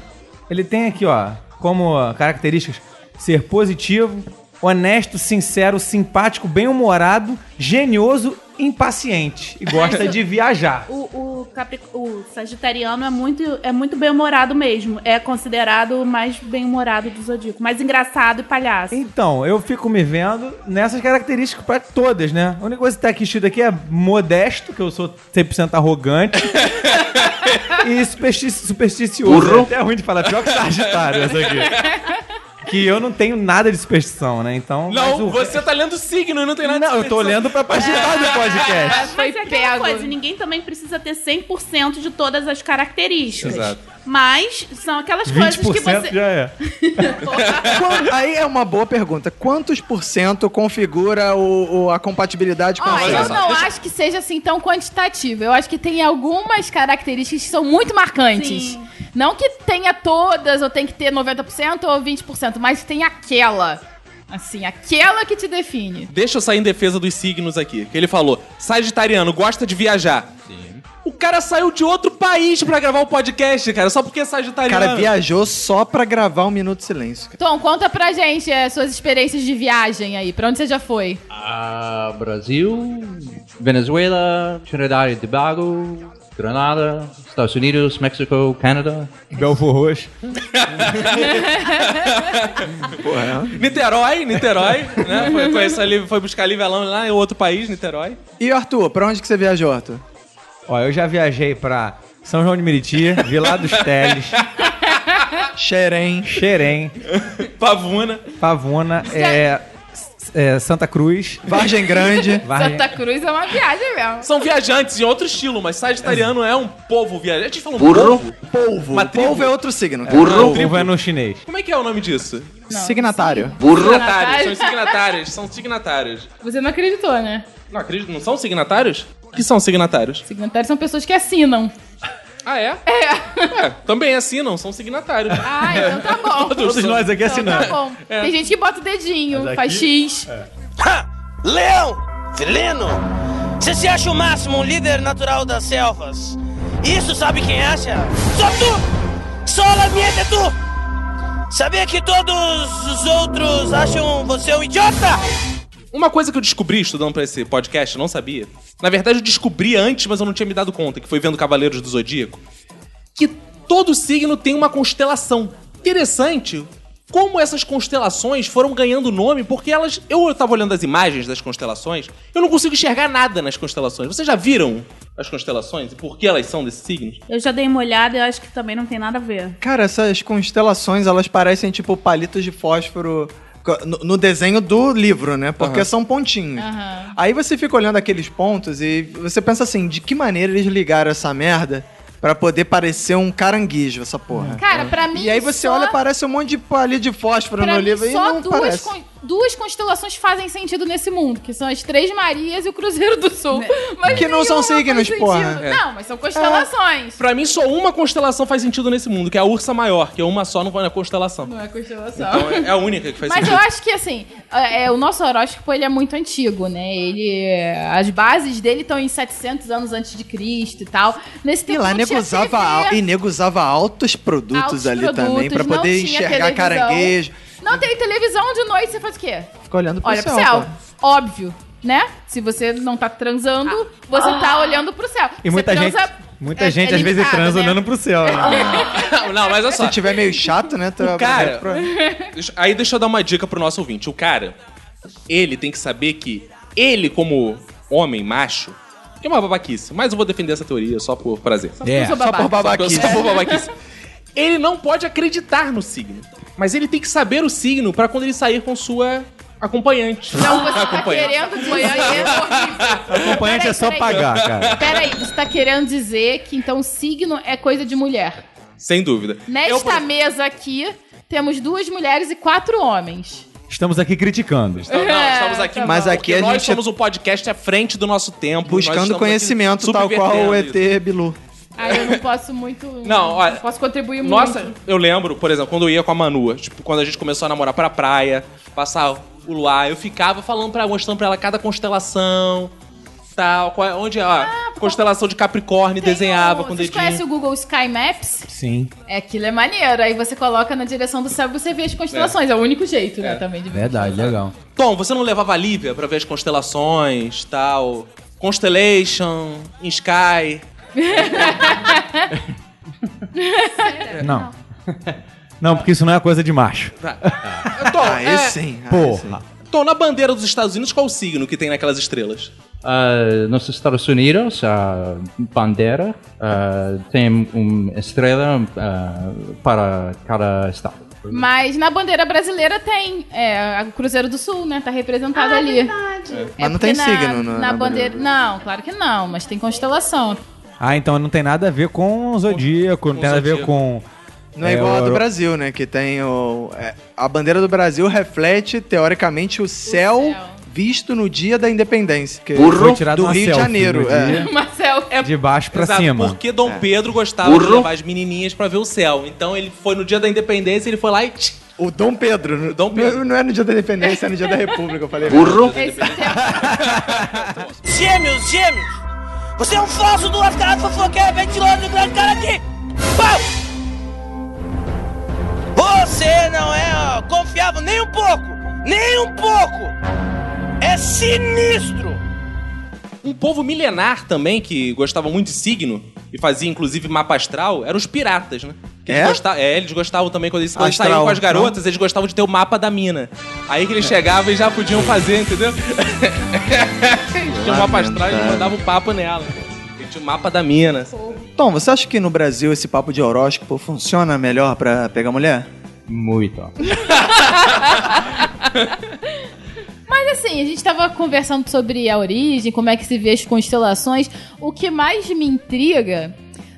S4: ele tem aqui, ó, como características ser positivo, honesto, sincero, simpático, bem-humorado, genioso, impaciente e gosta de viajar.
S5: O, o, Capri- o Sagitariano é muito, é muito bem-humorado mesmo. É considerado o mais bem-humorado do Zodíaco. Mais engraçado e palhaço.
S4: Então, eu fico me vendo nessas características pra todas, né? A única coisa que tá aqui escrito aqui é modesto, que eu sou 100% arrogante. e supersti- supersticioso. É até ruim de falar, pior que sagitário essa aqui. Que eu não tenho nada de superstição, né? Então. mas
S1: Não,
S4: o-
S1: você tá lendo signo e não tem nada
S4: Não, eu tô olhando pra participar do podcast.
S5: Mas
S3: Foi
S5: é aquela
S3: pego.
S5: coisa, ninguém também precisa ter 100% de todas as características.
S1: Exato.
S5: Mas são aquelas coisas que você.
S4: já é.
S2: Quan- aí é uma boa pergunta. Quantos por cento configura o, o- a compatibilidade com
S3: Ó,
S2: a
S3: Ah, eu
S2: Alexa?
S3: não acho que seja assim tão quantitativo. Eu acho que tem algumas características que são muito marcantes.
S5: Sim.
S3: Não que tenha todas, ou tem que ter 90% ou 20%, mas tem aquela. Assim, aquela que te define.
S1: Deixa eu sair em defesa dos signos aqui. Que ele falou: Sagitariano gosta de viajar. Sim. O cara saiu de outro país pra gravar o podcast, cara, só porque é
S2: O
S1: Sagitariano.
S2: cara viajou só pra gravar um minuto de silêncio. cara.
S3: Tom, conta pra gente é, suas experiências de viagem aí. Pra onde você já foi?
S6: Ah, Brasil, Venezuela, Trinidad e Tobago, Granada, Estados Unidos, México, Canadá.
S4: Belfor Roxo.
S1: Niterói, Niterói, né? Foi, conhecer ali- foi buscar Livelão lá em outro país, Niterói.
S2: E Arthur, pra onde que você viajou, Arthur?
S4: Ó, eu já viajei pra São João de Meriti, Vila dos Teles,
S2: Xerém.
S4: Xerém,
S1: Pavuna.
S4: Pavuna, é, s- é, Santa Cruz,
S2: Vargem Grande.
S4: Vargem...
S3: Santa Cruz é uma viagem mesmo.
S1: São viajantes em outro estilo, mas Sagitariano é um povo viajante. A gente falou povo?
S2: Polvo.
S1: Uma tribo.
S2: Polvo é outro signo. cara.
S4: Burro. Curva no chinês.
S1: Como é que é o nome disso?
S2: Signatário.
S1: Signatários, são signatários, são signatários.
S3: Você não acreditou, né?
S1: Não acredito, não são signatários? O que são signatários?
S3: Signatários são pessoas que assinam.
S1: Ah, é? É. também assinam, são signatários.
S3: Ah, então tá bom.
S4: Todos nós aqui
S3: Então tá
S4: assinamos.
S3: bom. Tem gente que bota o dedinho,
S4: É. Mas
S3: faz
S4: aqui- é.
S3: X.
S8: Ha! Leão! Felino! Você se acha o máximo um líder natural das selvas. Isso sabe quem acha? Só tu! Só la miete tu! Sabia que todos os outros acham você um idiota?
S1: Uma coisa que eu descobri estudando pra esse podcast, eu não sabia. Na verdade, eu descobri antes, mas eu não tinha me dado conta, que foi vendo Cavaleiros do Zodíaco, que todo signo tem uma constelação. Interessante como essas constelações foram ganhando nome, porque elas. Eu tava olhando as imagens das constelações, eu não consigo enxergar nada nas constelações. Vocês já viram as constelações e por que elas são desses signos?
S5: Eu já dei uma olhada e eu acho que também não tem nada a ver.
S2: Cara, essas constelações, elas parecem tipo palitos de fósforo co- no, no desenho do livro, né? Porque são pontinhos.
S3: Aham.
S2: Aí você fica olhando aqueles pontos e você pensa assim, de que maneira eles ligaram essa merda pra poder parecer um caranguejo, essa porra.
S3: Cara, pra mim.
S2: E aí você
S3: só-
S2: olha, parece um monte de palito de fósforo
S3: Pra
S2: no
S3: mim,
S2: livro e
S3: só
S2: não
S3: duas,
S2: parece.
S3: con- duas constelações fazem sentido nesse mundo, que são as Três Marias e o Cruzeiro do Sul. Mas
S2: Que não são
S3: nenhuma faz
S2: signos,
S3: sentido.
S2: porra.
S1: É.
S3: Não, mas são constelações.
S1: Pra mim, só uma constelação faz sentido nesse mundo, que é a ursa maior, que é uma só, não vai na constelação.
S3: Não é constelação.
S1: Então, é a única que faz
S3: Mas eu
S1: sentido.
S3: acho que, assim, é, é, o nosso horóscopo, ele é muito antigo, né? Ele... As bases dele estão em 700 anos antes de Cristo e tal. Nesse
S2: E
S3: tempo
S2: lá
S3: não
S2: nego
S3: tinha
S2: usava,
S3: TV.
S2: al- e nego usava altos produtos
S3: Altos
S2: ali
S3: produtos,
S2: também pra
S3: não
S2: poder
S3: tinha
S2: enxergar
S3: televisão.
S2: caranguejo.
S3: Não tem televisão de noite, você faz o quê?
S2: Fica olhando pro
S3: Olha
S2: céu.
S3: pro céu.
S4: tá.
S2: pô.
S3: Óbvio, né? Se você não tá transando, você
S1: Ah.
S3: tá olhando pro céu. é
S4: E muita gente, muita gente às vezes
S3: né?
S4: transa olhando pro céu. né?
S1: Não, mas olha só.
S2: Se tiver meio chato, né? tu
S1: O cara-
S2: aproveita pra-
S1: Deixa- Aí deixa eu dar uma dica pro nosso ouvinte. O cara, ele tem que saber que ele, como homem macho, que é uma babaquice, mas eu vou defender essa teoria só por prazer. Só
S4: É.
S3: Só
S2: por babaquice.
S1: Só por babaquice. Ele não pode acreditar no signo, mas ele tem que saber o signo pra quando ele sair com sua acompanhante.
S3: Não, você tá
S1: Acompanhante.
S3: querendo dizer...
S4: Acompanhante é só
S3: Peraí, peraí.
S4: pagar, cara.
S3: Peraí, você tá querendo dizer que então signo é coisa de mulher.
S1: Sem dúvida. Eu, por
S3: Nesta
S1: exemplo,
S3: mesa aqui, temos duas mulheres e quatro homens.
S4: Estamos aqui criticando.
S1: Não, não, estamos aqui.
S3: Tá
S2: Mas
S1: porque
S2: aqui a
S1: nós
S2: gente- é
S1: somos um podcast à frente do nosso tempo. nós estamos
S2: buscando
S1: aqui
S2: conhecimento, tal qual o ET
S1: subvertendo isso.
S2: Bilu.
S3: Aí eu não posso muito.
S1: Não, olha,
S3: Posso contribuir
S1: Nossa,
S3: muito.
S1: eu lembro, por exemplo, quando eu ia com a Manu, tipo, quando a gente começou a namorar pra praia, passar o luar, eu ficava falando pra mostrando pra ela cada constelação, tal, qual é- onde, ó, constelação de Capricórnio
S3: Tem
S1: desenhava
S3: um-
S1: com o
S3: Ah, Vocês
S1: dedinho.
S3: conhecem o Google Sky Maps?
S4: Sim.
S3: É, aquilo é maneiro. Aí você coloca na direção do céu e você vê as constelações. É, o único jeito, né, também de ver.
S4: Verdade, legal.
S1: Tom, você não levava a Lívia pra ver as constelações, tal, Constellation, in Sky.
S4: Não. Não, porque isso não é coisa de macho.
S1: Tom,
S4: Ah,
S2: Aí
S1: é-
S2: sim. aí
S4: Porra.
S1: Tom, na bandeira dos Estados Unidos, qual o signo que tem naquelas estrelas?
S6: Ah, nos Estados Unidos, a bandeira ah, tem uma estrela ah, para cada estado.
S3: Mas na bandeira brasileira tem. É, o Cruzeiro do Sul, né? Tá representado ali. É.
S2: Mas não tem
S3: porque
S2: signo na-
S3: na, na
S2: na
S3: bandeira. Não, claro que não, mas tem constelação.
S4: Ah, então não tem nada a ver com o Zodíaco, não
S1: com
S4: tem nada a ver
S1: Zodíaco.
S4: com.
S2: Não é,
S4: É,
S2: igual a
S4: o
S2: do
S4: Euro-
S2: Brasil, né? Que tem o. é, a bandeira do Brasil reflete, teoricamente, o céu,
S3: céu.
S2: visto no dia da independência. Que
S4: Foi
S2: foi
S4: tirado
S2: do
S4: uma
S2: Rio de
S4: selfie
S2: Janeiro.
S4: no
S2: é.
S4: dia,
S3: Marcel, é
S4: De baixo pra
S1: Exato,
S4: cima. É.
S1: porque Dom Pedro gostava de levar as menininhas pra ver o céu. Então ele foi no dia da independência, ele foi lá e... tch,
S2: O Dom Pedro.
S1: Dom Pedro.
S2: Não, não é no dia da independência, é no dia da república, eu falei.
S3: esse é tempo.
S8: Gêmeos, gêmeos! Você é um falso do lascarado fofoqueiro, mentiroso e grande cara aqui! Pau! Você não é ó, confiável nem um pouco! Nem um pouco! É sinistro!
S1: Um povo milenar também, que gostava muito de signo, e fazia inclusive mapa astral, eram os piratas, né? Que Eles
S2: É?
S1: gostavam, é, eles gostavam também, quando eles, quando eles
S2: Astral, né?
S1: saíam com as
S2: não?
S1: garotas, eles gostavam de ter o mapa da mina. Aí que eles chegavam e já podiam fazer, entendeu? tinha o mapa astral e eles mandavam o papo nela. E tinha o mapa da mina.
S2: Tom, você acha que no Brasil esse papo de horóscopo funciona melhor pra pegar mulher?
S6: Muito.
S3: Mas assim, a gente tava conversando sobre a origem, como é que se vê as constelações. O que mais me intriga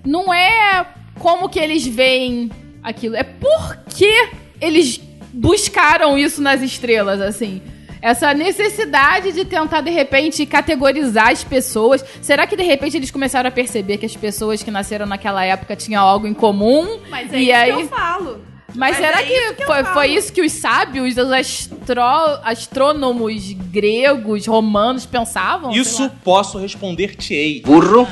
S3: não é como que eles veem aquilo, é por que eles buscaram isso nas estrelas, assim. Essa necessidade de tentar, de repente, categorizar as pessoas. Será que, de repente, eles começaram a perceber que as pessoas que nasceram naquela época tinham algo em comum?
S5: Mas é
S3: E
S5: isso
S3: aí-
S5: que eu falo.
S3: Mas,
S5: Mas
S3: será
S5: é
S3: que,
S5: isso que eu
S3: foi,
S5: falo.
S3: foi isso que os sábios, os astro, astrônomos gregos, romanos pensavam? Sei
S1: Isso
S3: lá.
S1: posso responder-te-ei.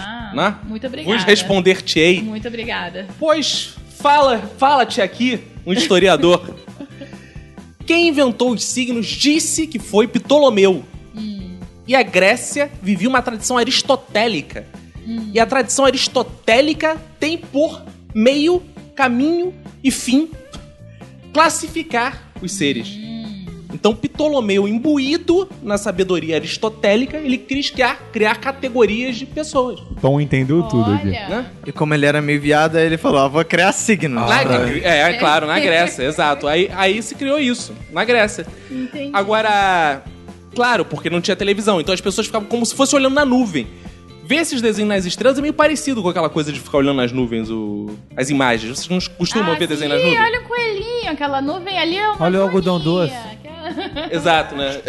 S3: Ah,
S1: né?
S3: Muito obrigada.
S1: Vos responder-te-ei.
S3: Muito obrigada.
S1: Pois fala, fala-te aqui, um historiador. Quem inventou os signos disse que foi Ptolomeu. E a Grécia vivia uma tradição aristotélica. E a tradição aristotélica tem por meio, caminho e fim classificar os seres. Então Ptolomeu, imbuído na sabedoria aristotélica, ele quis criar, criar categorias de pessoas.
S4: Tom entendeu tudo aqui.
S3: Olha.
S1: Né?
S2: E como ele era meio viado, aí ele falou: ah, vou criar signo.
S1: Na- é, é claro, na Grécia, exato. Aí, aí se criou isso, na Grécia.
S3: Entendi.
S1: Agora, claro, porque não tinha televisão, então as pessoas ficavam como se fosse olhando na nuvem. Ver esses desenhos nas estrelas é meio parecido com aquela coisa de ficar olhando nas nuvens, o... as imagens. Vocês não costumam ver desenho nas
S3: Ah, sim,
S1: nuvens?
S3: olha o coelhinho, aquela nuvem ali é uma
S4: Olha o algodão
S3: joinha,
S4: doce.
S3: aquela-
S1: Exato, né?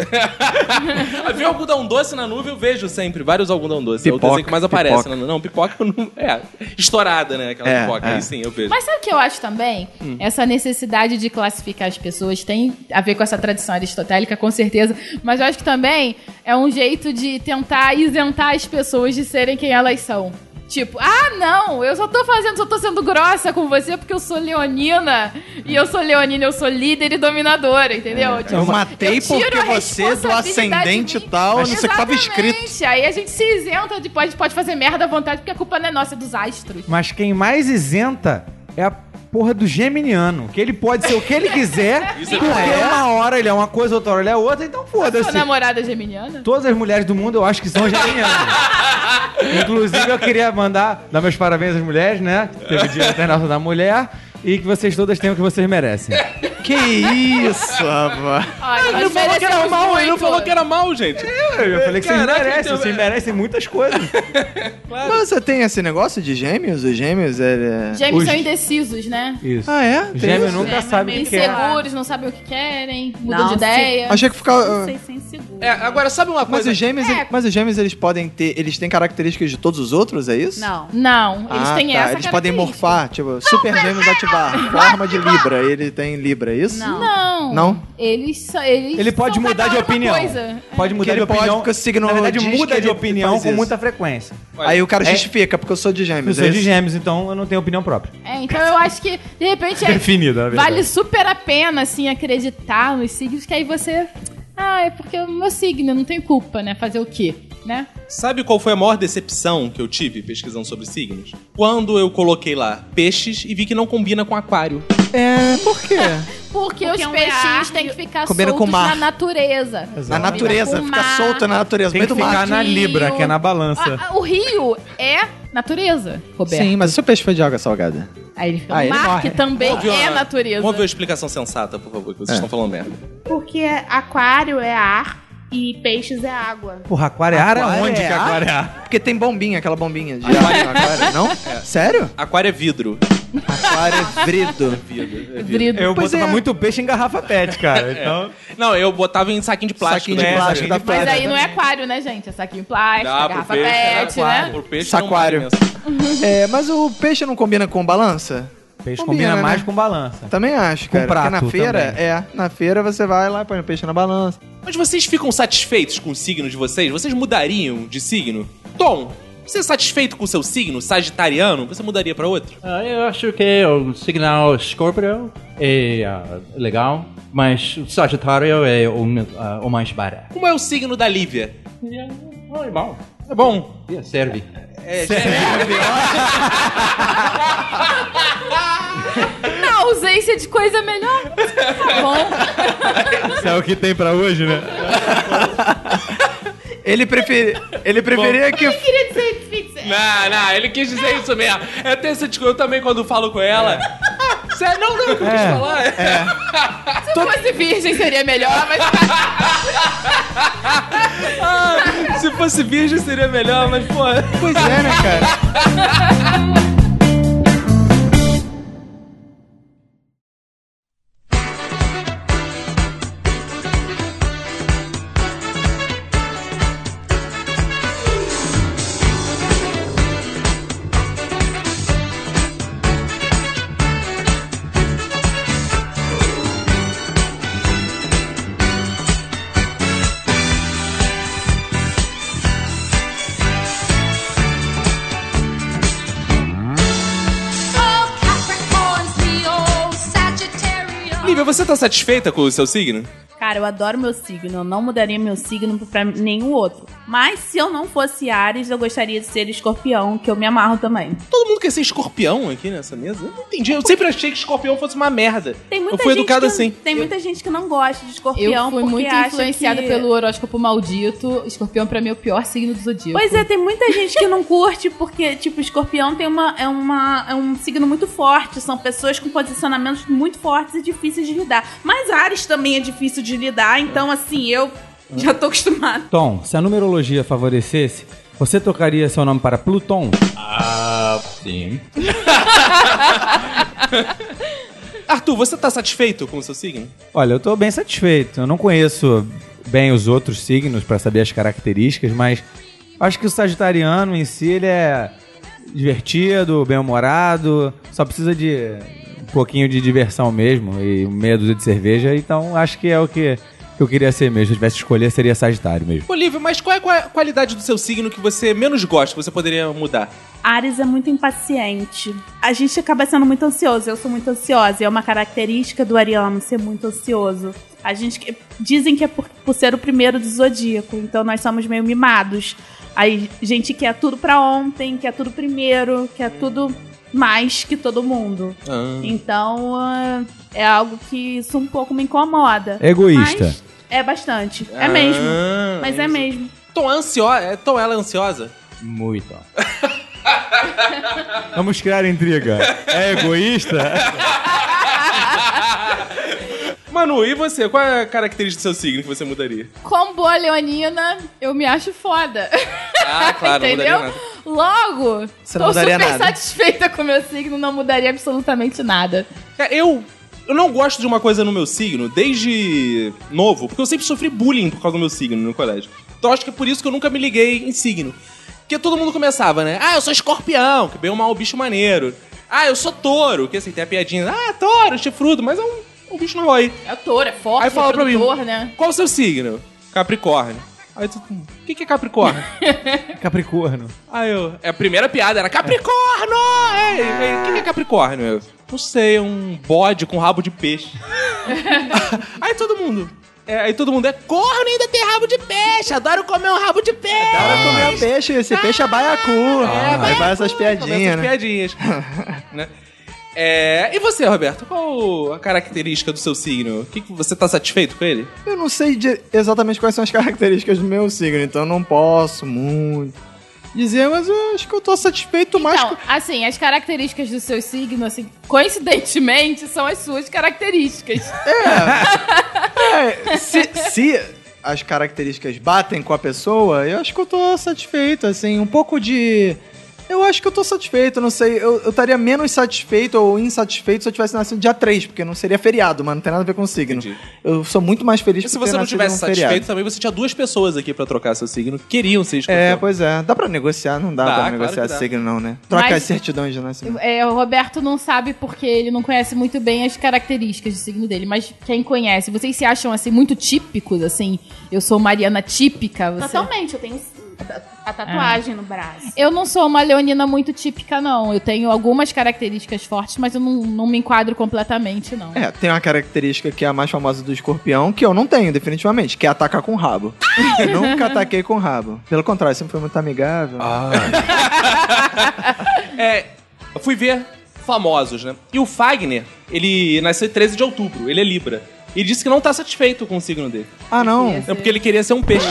S1: ver algodão doce na nuvem eu vejo sempre, vários algodão doce. é o
S2: Pipoca,
S1: desenho que mais aparece.
S2: pipoca.
S1: Não, não, pipoca eu não... É, estourada, né? Aquela
S2: É,
S1: pipoca.
S2: é.
S1: Aí sim, eu vejo.
S3: Mas sabe o que eu acho também?
S2: Hum.
S3: Essa necessidade de classificar as pessoas tem a ver com essa tradição aristotélica, com certeza. Mas eu acho que também é um jeito de tentar isentar as pessoas de serem quem elas são. Tipo, ah, não, eu só tô fazendo, só tô sendo grossa com você porque eu sou leonina. E eu sou leonina, eu sou líder e dominadora, entendeu? Tipo,
S2: É, Eu matei
S3: tiro
S2: porque
S3: a
S2: você é do
S3: responsabilidade
S2: ascendente
S3: de mim.
S2: tal, não sei o que tava
S3: Exatamente.
S2: escrito.
S3: Aí a gente se isenta, de, pode, pode fazer merda à vontade porque a culpa não é nossa, é dos astros.
S4: Mas quem mais isenta é a porra do geminiano. Que ele pode ser o que ele quiser,
S1: Isso é
S4: porque uma hora ele é uma coisa, outra hora ele é outra, então
S3: Sua
S4: foda-se.
S3: namorada geminiana?
S4: Todas as mulheres do mundo eu acho que são geminianas. Inclusive, eu queria mandar, dar meus parabéns às mulheres, né? Teve o Dia Internacional da Mulher. E que vocês todas tenham o que vocês merecem.
S2: Que isso, rapaz.
S3: Olha,
S1: Ele não
S3: nós
S1: falou que era
S3: merecemos
S1: mal, ele não
S3: muito.
S1: falou que era mal, gente.
S4: Eu falei que
S1: Caraca,
S4: vocês merecem,
S1: então,
S4: vocês
S1: é.
S4: merecem muitas coisas.
S2: Mas você tem esse negócio de gêmeos? Os gêmeos, ele é.
S3: Gêmeos são
S4: Os-
S3: indecisos, né?
S4: Isso.
S2: Ah, é? Tem
S4: Gêmeo
S2: isso?
S4: nunca
S5: Gêmeo
S4: sabe o que
S5: meio
S4: que é.
S3: Inseguros, não sabem o que querem, mudam
S5: Não,
S3: de
S5: se-
S3: ideia.
S2: Achei que
S5: Não
S2: ficava.
S5: sei se é inseguro.
S1: É, agora, sabe uma
S2: Mas
S1: coisa?
S2: os gêmeos,
S3: É.
S2: ele- mas os gêmeos eles podem ter, eles têm características de todos os outros, é isso?
S5: Não.
S3: Não, eles
S2: ah,
S3: têm
S2: tá.
S3: essa
S2: Eles podem
S3: característica.
S2: morfar, tipo, super gêmeos ativar, forma de Libra, ele tem Libra, é isso?
S5: Não.
S3: Não.
S2: Não?
S3: Eles, só- eles
S4: Ele pode
S3: são
S4: mudar
S3: cada
S4: de
S3: uma
S4: opinião.
S3: coisa.
S4: Pode
S2: Que
S4: mudar de
S2: ele pode,
S4: opinião.
S2: porque o signo
S4: Na verdade,
S2: diz que
S4: muda de
S2: ele
S4: opinião
S2: faz
S4: com
S2: isso.
S4: muita frequência.
S2: Aí o cara
S4: É.
S2: justifica porque eu sou de
S4: Eu
S2: gêmeos.
S4: sou
S2: é
S4: de
S2: isso?
S4: gêmeos, então eu não tenho opinião própria.
S3: É, então eu acho que, de repente, é-
S4: Definida, na verdade.
S3: vale super a pena, assim, acreditar nos signos, que aí você... Ah, é porque é o meu signo, eu não tenho culpa, né? Fazer o quê, né?
S1: Sabe qual foi a maior decepção que eu tive pesquisando sobre signos? Quando eu coloquei lá peixes e vi que não combina com aquário.
S2: É, por quê?
S3: Porque, os
S5: um é
S3: peixinhos
S5: ar
S3: têm
S5: e-
S3: que ficar
S2: Combina com
S3: soltos
S2: o mar.
S3: na natureza.
S2: na natureza,
S3: Com
S2: fica
S3: mar.
S2: solto na natureza,
S4: Tem
S2: meio
S4: que
S2: do
S4: ficar
S2: mar.
S4: na Libra, que é na balança.
S3: Ah, ah, o rio é natureza, Roberto.
S2: Sim, mas o seu peixe foi de água salgada.
S3: Aí ele fica,
S2: Ah, ele
S3: mar
S2: morre.
S3: que também
S1: Vamos ver
S3: é
S1: uma-
S3: natureza.
S1: Vamos ver uma explicação sensata, por favor, que vocês estão falando merda.
S5: Porque aquário é ar e peixes é água.
S4: Porra, aquariara Ah,
S2: Aquário
S4: onde
S2: é
S4: que
S2: ar?
S4: aquariara?
S2: Porque tem bombinha, aquela bombinha de água na aquário, não? Sério?
S1: Aquário é vidro.
S2: Aquário é vrido.
S3: Vidro.
S4: Eu
S2: Pois
S4: botava
S2: é.
S4: muito peixe em garrafa pet, cara. Então,
S1: Não, eu botava em saquinho de plástico.
S2: Saquinho de
S1: né?
S2: plástico da
S3: Mas
S2: praia.
S3: aí não é aquário, né, gente? É saquinho plástico,
S1: Dá pro
S3: garrafa
S1: peixe, né?
S3: pet, né?
S1: Pro peixe
S2: Saquário.
S1: não vale mesmo.
S2: É, mas o peixe não combina com balança?
S4: peixe
S2: Combina,
S4: combina,
S2: né?
S4: mais com balança.
S2: Também acho,
S4: Com
S2: cara. Porque na
S4: prato
S2: feira,
S4: também.
S2: é. Na feira você vai lá, põe o peixe na balança.
S1: Mas vocês ficam satisfeitos com o signo de vocês? Vocês mudariam de signo? Tom, você é satisfeito com o seu signo, sagitariano? Você mudaria pra outro?
S6: Ah, eu acho que o sinal Scorpio é ah, legal, mas o Sagitário é o, ah, o mais barato.
S1: Como é o signo da Lívia?
S6: É bom.
S1: É bom.
S6: Serve.
S1: É, é,
S3: Na ausência de coisa melhor, tá bom.
S4: Isso é o que tem pra hoje, né?
S2: Ele, preferi... Ele preferia que.
S3: Eu queria dizer pizza.
S1: Não, Ah, não, ele quis dizer isso mesmo. Eu tenho essa discussão, eu também quando falo com ela. Cê- não, não, eu quis falar. é.
S3: Se fosse virgem seria melhor, mas
S1: Se fosse virgem seria melhor, mas pô.
S2: Pois é, né, cara?
S1: Lívia, você tá satisfeita com o seu signo?
S5: Cara, eu adoro meu signo. Eu não mudaria meu signo pra nenhum outro. Mas se eu não fosse Ares, eu gostaria de ser escorpião, que eu me amarro também.
S1: Todo mundo quer ser escorpião aqui nessa mesa? Eu não entendi. Eu sempre achei que escorpião fosse uma merda.
S5: Tem muita
S1: eu fui
S5: gente
S1: educado
S5: que,
S1: assim.
S5: Tem muita gente que não gosta de escorpião.
S3: Eu fui
S5: porque
S3: muito
S5: acha
S3: influenciada
S5: que-
S3: pelo horóscopo maldito. Escorpião, pra mim, é o pior signo do zodíaco.
S5: Pois é, tem muita gente que não curte, porque, tipo, escorpião tem uma, é, uma, é um signo muito forte. São pessoas com posicionamentos muito fortes e difíceis de lidar. Mas Ares também é difícil de lidar, então, assim, eu já tô acostumada.
S4: Tom, se a numerologia favorecesse, você tocaria seu nome para Pluton?
S6: Ah, sim.
S1: Arthur, você tá satisfeito com o seu signo?
S4: Olha, eu tô bem satisfeito. Eu não conheço bem os outros signos pra saber as características, mas acho que o sagitariano em si ele é divertido, bem-humorado, só precisa de um pouquinho de diversão mesmo e meia dúzia de cerveja, então acho que é o que que eu queria ser mesmo. Se eu tivesse que escolher, seria sagitário mesmo.
S1: Ô, Lívia, mas qual é a qua- qualidade do seu signo que você menos gosta, que você poderia mudar?
S5: Ares é muito impaciente. A gente acaba sendo muito ansioso. Eu sou muito ansiosa. e É uma característica do ariano ser muito ansioso. A gente que- dizem que é por, por ser o primeiro do zodíaco, então nós somos meio mimados. Aí gente quer tudo pra ontem, quer tudo primeiro, quer tudo mais que todo mundo. Então ah, é algo que isso um pouco me incomoda.
S4: Egoísta.
S5: Mas é bastante. É mesmo.
S1: Ah,
S5: Mas é
S1: isso.
S5: mesmo.
S1: Tom, é ansio- é- Tom, ela é ansiosa?
S6: Muito.
S4: Vamos criar intriga. É egoísta?
S1: Manu, e você? Qual é a característica do seu signo que você mudaria?
S3: Como boa leonina, eu me acho foda.
S1: Ah, claro, não mudaria
S3: Entendeu?
S1: nada.
S3: Logo,
S2: Você não
S3: tô
S2: mudaria
S3: super
S2: nada.
S3: satisfeita com o meu signo, não mudaria absolutamente nada.
S1: Cara, É, eu, eu não gosto de uma coisa no meu signo desde novo, porque eu sempre sofri bullying por causa do meu signo no colégio. Então acho que é por isso que eu nunca me liguei em signo. Porque todo mundo começava, né? Ah, eu sou escorpião, que bem ou mal, bicho maneiro. Ah, eu sou touro, que assim, tem a piadinha. Ah, touro, chifrudo, mas é um, um bicho não vai.
S3: É o touro, é forte,
S1: Aí fala
S3: é
S1: pra mim,
S3: produtor, né?
S1: qual o seu signo? Capricórnio. Aí tu, "Hum, o que que é Capricórnio?
S4: Capricorno.
S1: Aí eu. É, A primeira piada era Capricórnio! É, é, O que que é Capricórnio? Eu, não sei, é um bode com rabo de peixe. aí todo mundo. é, aí todo mundo é corno e ainda tem rabo de peixe. Adoro comer um rabo de peixe.
S2: Para comer peixe, esse peixe é baiacu. Aí vai Ah. essas
S1: Começa
S2: piadinhas,
S1: as
S2: né?
S1: piadinhas. né? É, e você, Roberto? Qual a característica do seu signo? O que, que você tá satisfeito com ele?
S2: Eu não sei de- exatamente quais são as características do meu signo, então eu não posso muito dizer, mas eu acho que eu tô satisfeito mais
S3: Então, assim, as características do seu signo, assim, coincidentemente, são as suas características.
S2: É, se, se as características batem com a pessoa, eu acho que eu tô satisfeito, assim, um pouco de. Eu acho que eu tô satisfeito, não sei. Eu eu estaria menos satisfeito ou insatisfeito se eu tivesse nascido dia 3, porque não seria feriado, mano. Não tem nada a ver com o signo.
S1: Entendi.
S2: Eu sou muito mais feliz
S1: E
S2: por
S1: se
S2: ter
S1: você não
S2: nascido
S1: tivesse
S2: num um feriado.
S1: satisfeito também, você tinha duas pessoas aqui pra trocar seu signo que queriam ser escorpião.
S2: É, pois é. Dá pra negociar? Não dá,
S1: tipo, Dá,
S2: pra
S1: claro
S2: negociar
S1: que dá.
S2: signo, não, né? Troca
S3: Mas-
S2: as certidões de nascimento.
S3: É, o Roberto não sabe porque ele não conhece muito bem as características do signo dele, mas quem conhece, vocês se acham assim muito típicos, assim? Eu sou Mariana típica,
S5: Tá
S3: você.
S5: Totalmente, eu tenho a tatuagem no braço.
S3: Eu não sou uma leonina muito típica, não. Eu tenho algumas características fortes, mas eu não, não me enquadro completamente, não.
S2: É, tem uma característica que é a mais famosa do escorpião, que eu não tenho, definitivamente, que é atacar com o rabo. Eu nunca ataquei com o rabo. Pelo contrário, sempre foi muito amigável.
S4: Ah.
S1: É, eu fui ver famosos, né? E o Fagner, ele nasceu em 13 de outubro, ele é Libra. E disse que não tá satisfeito com o signo dele.
S2: Ah, não.
S1: É porque ele queria ser um peixe.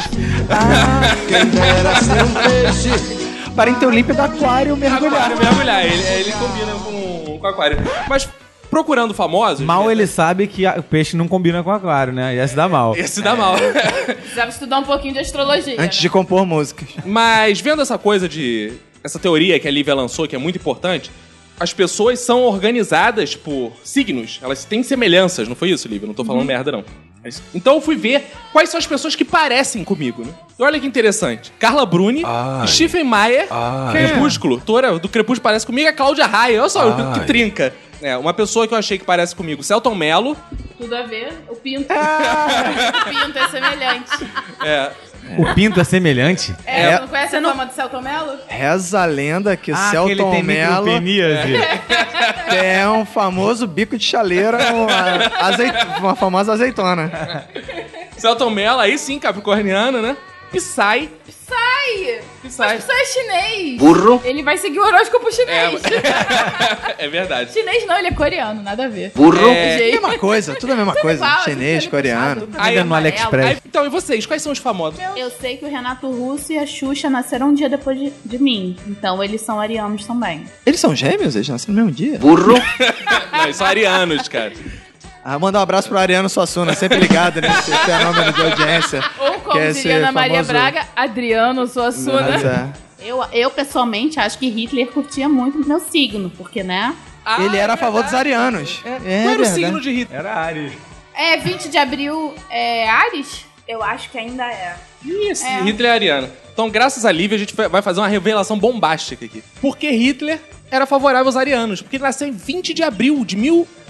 S2: um Parente Olímpico Aquário mergulhar.
S1: Aquário, mergulhar. Ele, ele combina com, com aquário. Mas procurando famosos.
S4: Mal
S1: né?
S4: ele sabe que a- o peixe não combina com o aquário, né? Ia se dar mal.
S1: Ia se dar
S2: É.
S1: mal.
S3: Precisava estudar um pouquinho de astrologia.
S2: Antes de compor músicas.
S1: Mas vendo essa coisa de. Essa teoria que a Lívia lançou, que é muito importante, as pessoas são organizadas por signos. Elas têm semelhanças, não foi isso, Lívia? Não tô falando merda, não. É isso. Então eu fui ver quais são as pessoas que parecem comigo, né? E olha que interessante. Carla Bruni, Stephen Meyer, Crepúsculo. Tora do Crepúsculo parece comigo, e a Cláudia Raia. Olha só que trinca. É, uma pessoa que eu achei que parece comigo, Celton Mello.
S3: Tudo a ver, o pinto.
S2: Ah!
S3: o pinto é semelhante.
S1: É,
S4: O pinto é semelhante?
S3: É,
S2: É.
S3: tu não conhece a fama do Celton Mello?
S2: Reza a lenda que o
S4: Ah, que ele
S2: Celton
S4: tem
S2: Mello
S4: micropeníase.
S2: é um famoso bico de chaleira, uma, azeit- uma famosa azeitona.
S1: Celton Mello, aí sim, capricorniano, né? Psy.
S3: Sai!
S1: Psy.
S3: Isso é chinês! Burro! Ele vai seguir o horóscopo chinês.
S1: É verdade.
S3: chinês não, ele é coreano, nada a ver.
S7: Burro.
S3: É, gente.
S2: Mesma coisa, tudo a mesma coisa.
S3: igual,
S2: Chinês,
S3: tudo
S2: coreano.
S3: misturado.
S1: Aí,
S4: Ainda no
S3: amarelo.
S4: AliExpress.
S1: Aí, então, e vocês? Quais são os famosos?
S5: Eu sei que o Renato Russo e a Xuxa nasceram um dia depois de, de mim. Então eles são arianos também.
S2: Eles são gêmeos? Eles nasceram no mesmo dia?
S7: Burro.
S1: Não, são arianos, cara.
S2: Ah, mandar um abraço pro Ariano Suassuna, sempre ligado nesse fenômeno de audiência.
S3: Ou como
S2: Que é
S3: diria
S2: esse
S3: Ana Maria
S2: famoso-
S3: Braga, Adriano
S2: Mas,
S3: Suassuna.
S2: é.
S5: Eu, eu pessoalmente acho que Hitler curtia muito meu signo, porque, né?
S1: Ah,
S2: Ele era a favor dos arianos. É,
S1: Qual era o
S2: verdade.
S1: signo de Rita?
S4: Era Ares.
S3: É, 20 de abril é Ares?
S5: Eu acho que ainda é.
S1: Isso. Hitler é ariano. Então, graças a Lívia, a gente vai fazer uma revelação bombástica aqui. Porque Hitler era favorável aos arianos. Porque ele nasceu em 20 de abril de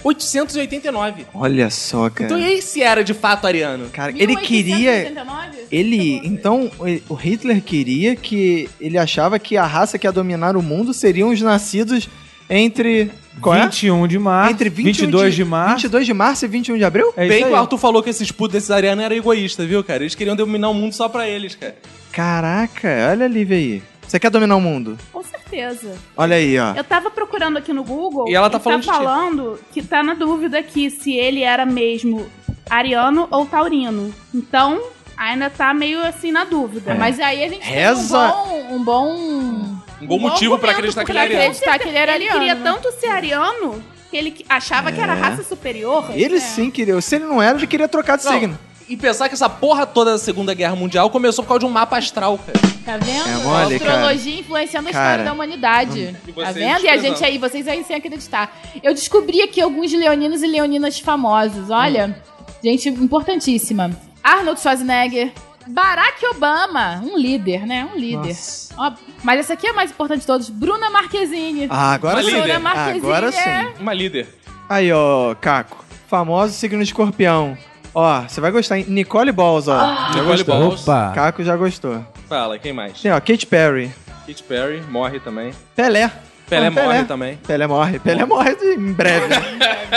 S2: É.
S1: 1889.
S2: Olha só, cara.
S1: Então, e aí se era de fato ariano?
S2: Cara, ele queria.
S3: 1889?
S2: Ele.
S3: Tá
S2: Então, o Hitler queria que. Ele achava que a raça que ia dominar o mundo seriam os nascidos entre. Qual é?
S4: 21 de março.
S2: Entre 21
S4: 22 de, março.
S2: 22 de março e 21 de abril?
S4: É isso
S1: Bem que
S4: aí.
S1: o Arthur falou que esses putos desses arianos eram egoístas, viu, cara? Eles queriam dominar o mundo só pra eles, cara.
S2: Caraca, olha a Lívia aí. Você quer dominar o mundo?
S5: Com certeza.
S2: Olha aí, ó.
S5: Eu tava procurando aqui no Google.
S1: E ela tá
S5: e
S1: falando de ti.
S5: falando que tá na dúvida aqui se ele era mesmo ariano ou taurino. Então, ainda tá meio assim na
S1: É.
S5: dúvida. Mas
S3: Mas aí a gente
S2: então, Reza-
S3: tem um bom... Um bom
S1: Um bom motivo pra acreditar que ele
S3: pra
S1: é ariano.
S3: acreditar que ele era
S5: ele queria
S3: ariano. né?
S5: tanto ser ariano que ele que- achava
S1: É.
S5: que era raça superior.
S2: Ele sim queria. Se ele não era, ele queria trocar de
S1: Não.
S2: signo.
S1: E pensar que essa porra toda da Segunda Guerra Mundial começou por causa de um mapa astral, cara.
S3: Tá vendo?
S2: É mole,
S3: a astrologia influenciando a história
S2: Cara.
S3: da humanidade.
S1: E
S3: Tá
S1: vocês
S3: vendo? E a gente
S1: desprezando.
S3: aí, vocês aí sem acreditar. Eu descobri aqui alguns leoninos e leoninas famosos. Olha,
S2: Hum.
S3: gente importantíssima. Arnold Schwarzenegger, Barack Obama, um líder, né? Um líder. Ó, mas essa aqui é a mais importante de todos. Bruna Marquezine.
S2: Ah, agora
S1: Uma
S2: sim.
S1: líder.
S3: Bruna Marquezine
S2: Agora
S3: é
S2: sim.
S1: Uma líder.
S2: Aí, ó, Caco. Famoso signo escorpião. Ó, você vai gostar, hein? Nicole Balls, ó. Ah.
S1: Nicole Balls.
S4: Opa.
S2: Caco já gostou.
S1: Fala, quem mais?
S2: Tem, ó, Kate Perry.
S1: Katy Perry morre também.
S2: Pelé.
S1: Pelé
S2: Não,
S1: morre também.
S2: Pelé morre. Pelé morre de- em breve.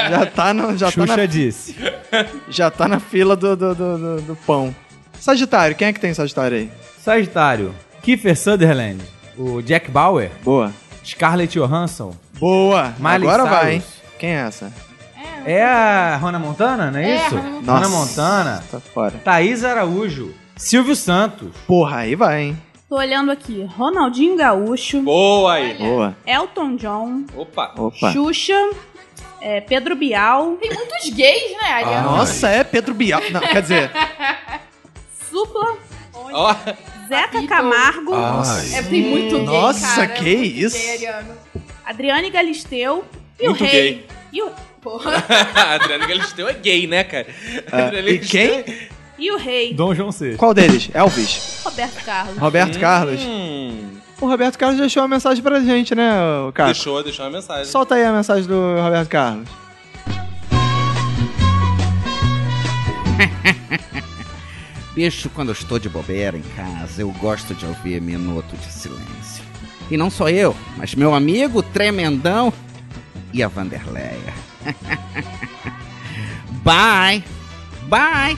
S2: já, tá no, já, tá
S4: um Xuxa
S2: na,
S4: disse.
S2: já tá na fila do, do, do, do- do pão. Sagitário, quem é que tem Sagitário aí?
S4: Sagitário. Kiefer Sutherland. O Jack Bauer.
S2: Boa.
S4: Scarlett Johansson.
S2: Boa.
S4: Miley
S2: Agora vai, hein?
S4: Cyrus.
S2: Quem é essa?
S4: É a Rona Montana, não é
S3: É,
S4: isso?
S3: Hannah Montana.
S4: Rona Montana.
S2: Tá fora.
S4: Thaís Araújo. Silvio Santos.
S2: Porra, aí vai, hein?
S5: Tô olhando aqui. Ronaldinho Gaúcho,
S1: Boa aí.
S2: Boa.
S5: Elton John,
S1: Opa.
S2: Opa.
S5: Xuxa, é, Pedro Bial,
S2: Ah.
S3: Muitos gays, né, Ariana?
S2: Nossa, é Pedro Bial. Não, quer dizer,
S5: dupla.
S1: Ó,
S5: Zeca Camargo,
S3: É, tem muito gay,
S2: Nossa,
S3: cara.
S2: que
S3: Muito gay,
S2: isso.
S3: Ariano.
S5: Adriane Galisteu e
S1: Muito
S5: o rei.
S1: gay.
S5: E o,
S3: Porra.
S1: a Adriana Galisteu é gay, né, cara? Adriana
S2: e
S1: Galisteu- é
S5: e o rei,
S4: Dom João VI.
S2: Qual deles? Elvis.
S5: Roberto Carlos.
S2: Roberto Carlos.
S1: Hum,
S2: O Roberto Carlos deixou uma mensagem pra gente, né, cara?
S1: deixou, deixou uma mensagem.
S2: Solta aí a mensagem do Roberto Carlos.
S10: Bicho, quando eu estou de bobeira em casa, eu gosto de ouvir Minuto de Silêncio. E não só eu, mas meu amigo Tremendão e a Vanderleia. Bye! Bye!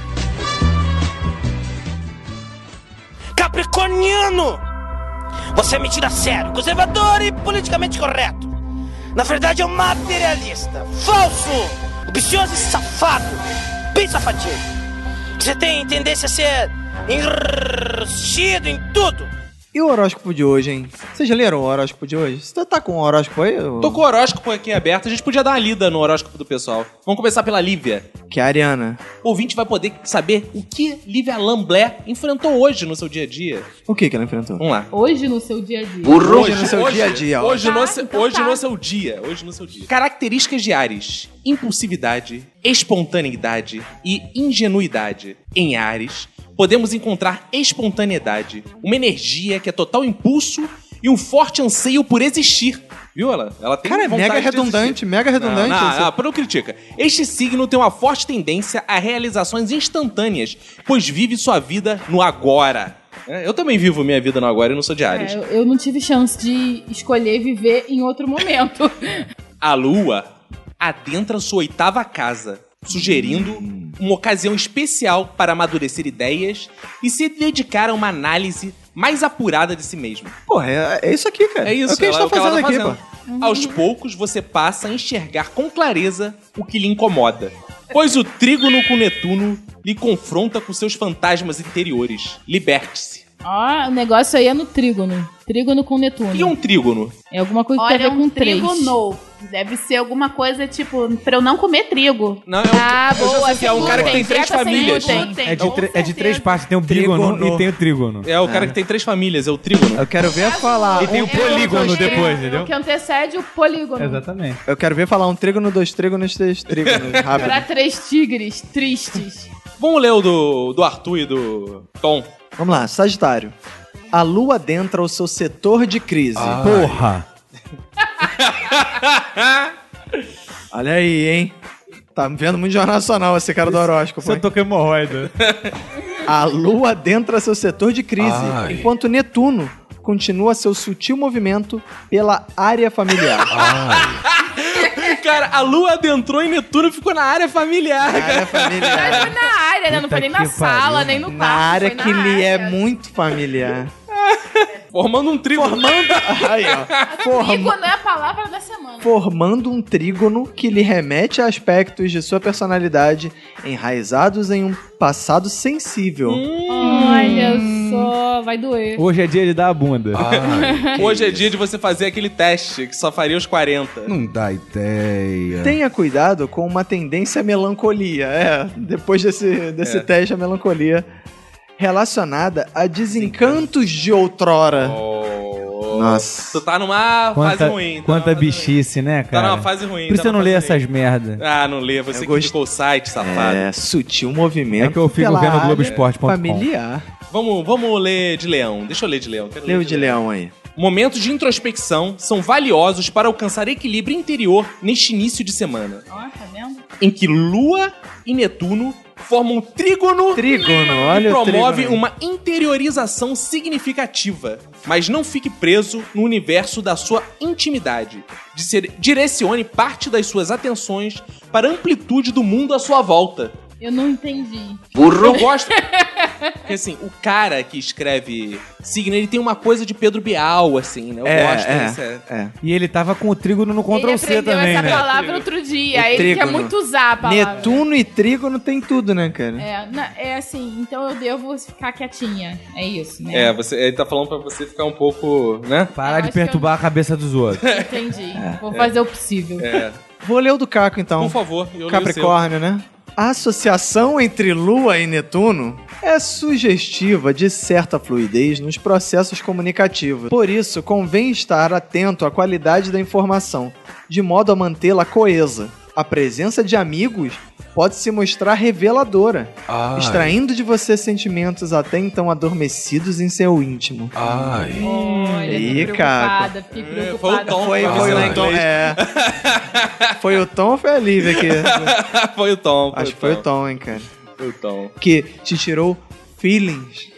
S8: Capricorniano! Você me tira sério, conservador e politicamente correto. Na verdade é um materialista, falso, ambicioso e safado, bem safadinho. Você tem tendência a ser enrustido em tudo.
S2: E o horóscopo de hoje, hein? Vocês leram o horóscopo de hoje? Você tá com o horóscopo aí? ô?
S1: Tô com o horóscopo aqui aberto, a gente podia dar uma lida no horóscopo do pessoal. Vamos começar pela Lívia.
S2: Que é a Ariana.
S1: O ouvinte vai poder saber o que Lívia Lamblé enfrentou hoje no seu dia a dia.
S2: O que que ela enfrentou?
S1: Vamos lá.
S3: Hoje no seu dia a dia.
S2: Hoje no seu dia a dia, ó.
S1: Hoje, no,
S3: Tá,
S1: seu-
S3: então
S1: hoje
S3: tá.
S1: no seu dia. Hoje no seu dia. Características de Ares: impulsividade, espontaneidade e ingenuidade. Em Ares, podemos encontrar espontaneidade, uma energia que é total impulso e um forte anseio por existir. Viu ela? Ela tem
S2: Cara, é
S1: vontade
S2: mega
S1: de existir.
S2: redundante, mega redundante.
S1: Não, não,
S2: esse-
S1: não, não critica. Este signo tem uma forte tendência a realizações instantâneas, pois vive sua vida no agora. É, Eu também vivo minha vida no agora e não sou de Ares.
S3: É, eu- eu não tive chance de escolher viver em outro momento.
S1: A lua adentra sua oitava casa, sugerindo
S2: Hum.
S1: uma ocasião especial para amadurecer ideias e se dedicar a uma análise mais apurada de si mesmo.
S2: Porra, é, é isso aqui, cara.
S1: É isso
S2: o que a gente
S1: ela-
S2: tá
S1: o ela
S2: fazendo aqui, pô.
S1: fazendo. Uhum. Aos poucos você passa a enxergar com clareza o que lhe incomoda. Pois o trígono com Netuno lhe confronta com seus fantasmas interiores. Liberte-se.
S3: Ó, o negócio aí é no trígono. Trígono com Netuno.
S1: E um trígono?
S3: É alguma coisa que
S5: Olha,
S3: tem a ver com
S5: um
S3: três.
S5: trigo novo. Deve ser alguma coisa tipo, pra eu não comer trigo.
S1: Não, é um,
S3: Ah,
S1: eu já
S3: boa,
S1: sei que é um
S3: sem
S1: cara que tem
S3: glúten,
S1: três
S3: dieta sem
S1: famílias.
S3: glúten.
S4: É de,
S5: com
S4: tre- é de três
S5: certeza.
S4: partes. Tem o bígono
S2: Trigono.
S4: e tem o trígono.
S1: É o cara que tem três famílias, é o trígono.
S2: Eu quero ver falar.
S4: E tem o
S3: É
S4: polígono
S3: dois
S4: depois,
S3: trígonos,
S4: entendeu?
S3: O que antecede o polígono.
S4: Exatamente.
S2: Eu quero ver falar um trígono, dois trígonos, três trígonos.
S3: Pra
S2: Rápido.
S3: três tigres tristes.
S1: Vamos ler o do, do Arthur e do Tom.
S2: Vamos lá, Sagitário. A lua adentra o seu setor de crise.
S4: Porra!
S2: Olha aí, hein? Tá vendo muito Jornal Nacional esse cara do horóscopo.
S4: Você
S2: hein?
S4: tô com hemorroida.
S2: A lua adentra seu setor de crise,
S9: Ai.
S2: enquanto Netuno continua seu sutil movimento pela área familiar.
S1: Cara, a lua adentrou em Netuno e ficou na área familiar, cara.
S2: área familiar.
S3: Mas foi na área, né? Não
S4: Puta
S3: foi nem na
S4: que
S3: sala,
S4: pariu,
S3: nem no quarto.
S2: Na área
S3: foi
S2: que lhe é
S3: área.
S2: muito familiar.
S1: Formando um trígono.
S2: Formando. Aí, ó. Forma-
S3: Trígono é a palavra da semana.
S2: formando um trígono que lhe remete a aspectos de sua personalidade enraizados em um passado sensível.
S1: Hum.
S3: Olha só, vai doer.
S4: Hoje é dia de dar a bunda.
S1: Hoje é dia de você fazer aquele teste que só faria os 40.
S10: Não dá ideia.
S2: Tenha cuidado com uma tendência à melancolia. É, depois desse, desse
S1: É.
S2: teste, a melancolia relacionada a desencantos de outrora.
S1: Oh.
S2: Nossa.
S1: Tu tá numa
S4: Quanta,
S1: fase ruim. tá
S4: quanta
S1: numa fase ruim.
S4: bichice, né,
S1: Tá
S4: cara?
S1: numa fase ruim.
S4: Por isso
S1: tá
S4: eu não
S1: numa
S4: leio
S1: fase
S4: essas merda.
S1: ruim. Ah, não lê. Você
S2: Eu
S1: que
S2: gosto-
S1: indicou o site, safado.
S2: É, sutil movimento.
S4: É que eu fico
S2: pela
S4: vendo
S2: área
S4: Globoesporte.com.
S2: Familiar.
S1: Vamos, vamos ler de leão. Deixa eu ler de leão. quero
S2: Leu de leão aí.
S1: Momentos de introspecção são valiosos para alcançar equilíbrio interior neste início de semana,
S3: Ó, tá vendo?
S1: em que Lua e Netuno formam um trígono
S2: Trígono,
S1: e
S2: olha o
S1: promove
S2: trígono.
S1: uma interiorização significativa. Mas não fique preso no universo da sua intimidade. De ser- direcione parte das suas atenções para a amplitude do mundo à sua volta.
S3: Eu não entendi.
S1: Eu gosto. Porque assim, o cara que escreve signo, ele tem uma coisa de Pedro Bial, assim, né? Eu
S2: É,
S1: gosto
S2: é.
S1: disso. é.
S2: É.
S4: E ele tava com o trígono no
S3: ele
S4: Ctrl C
S3: aprendeu
S4: também,
S3: essa
S4: né?
S3: palavra outro dia.
S2: O
S3: ele quer
S2: trígono.
S3: muito usar a
S1: né?
S3: palavra.
S2: Netuno e trígono tem tudo, né, cara?
S3: É, na- é assim, então eu devo ficar quietinha. É isso, né?
S1: É, você, ele tá falando pra você ficar um pouco, né?
S4: Parar
S3: Eu
S4: de
S3: acho que eu-
S4: perturbar a cabeça dos outros.
S3: Entendi. Vou fazer o possível.
S1: É.
S2: Vou ler o do Caco, então.
S1: Por favor, eu leio o seu.
S2: Um Capricórnio, né? A associação entre Lua e Netuno é sugestiva de certa fluidez nos processos comunicativos. Por isso, convém estar atento à qualidade da informação, de modo a mantê-la coesa. A presença de amigos pode se mostrar reveladora,
S9: Ai.
S2: extraindo de você sentimentos até então adormecidos em seu íntimo.
S9: Ai.
S3: Olha, tô
S2: Ih, cara.
S3: preocupada, fiquei
S1: É,
S3: preocupada.
S1: foi o tom,
S2: Foi,
S1: foi,
S2: foi o Tom. É. Foi o Tom ou foi a Lívia aqui?
S1: né? foi o tom.
S2: Acho que foi o Tom, hein, cara.
S1: Foi o tom.
S2: que te tirou feelings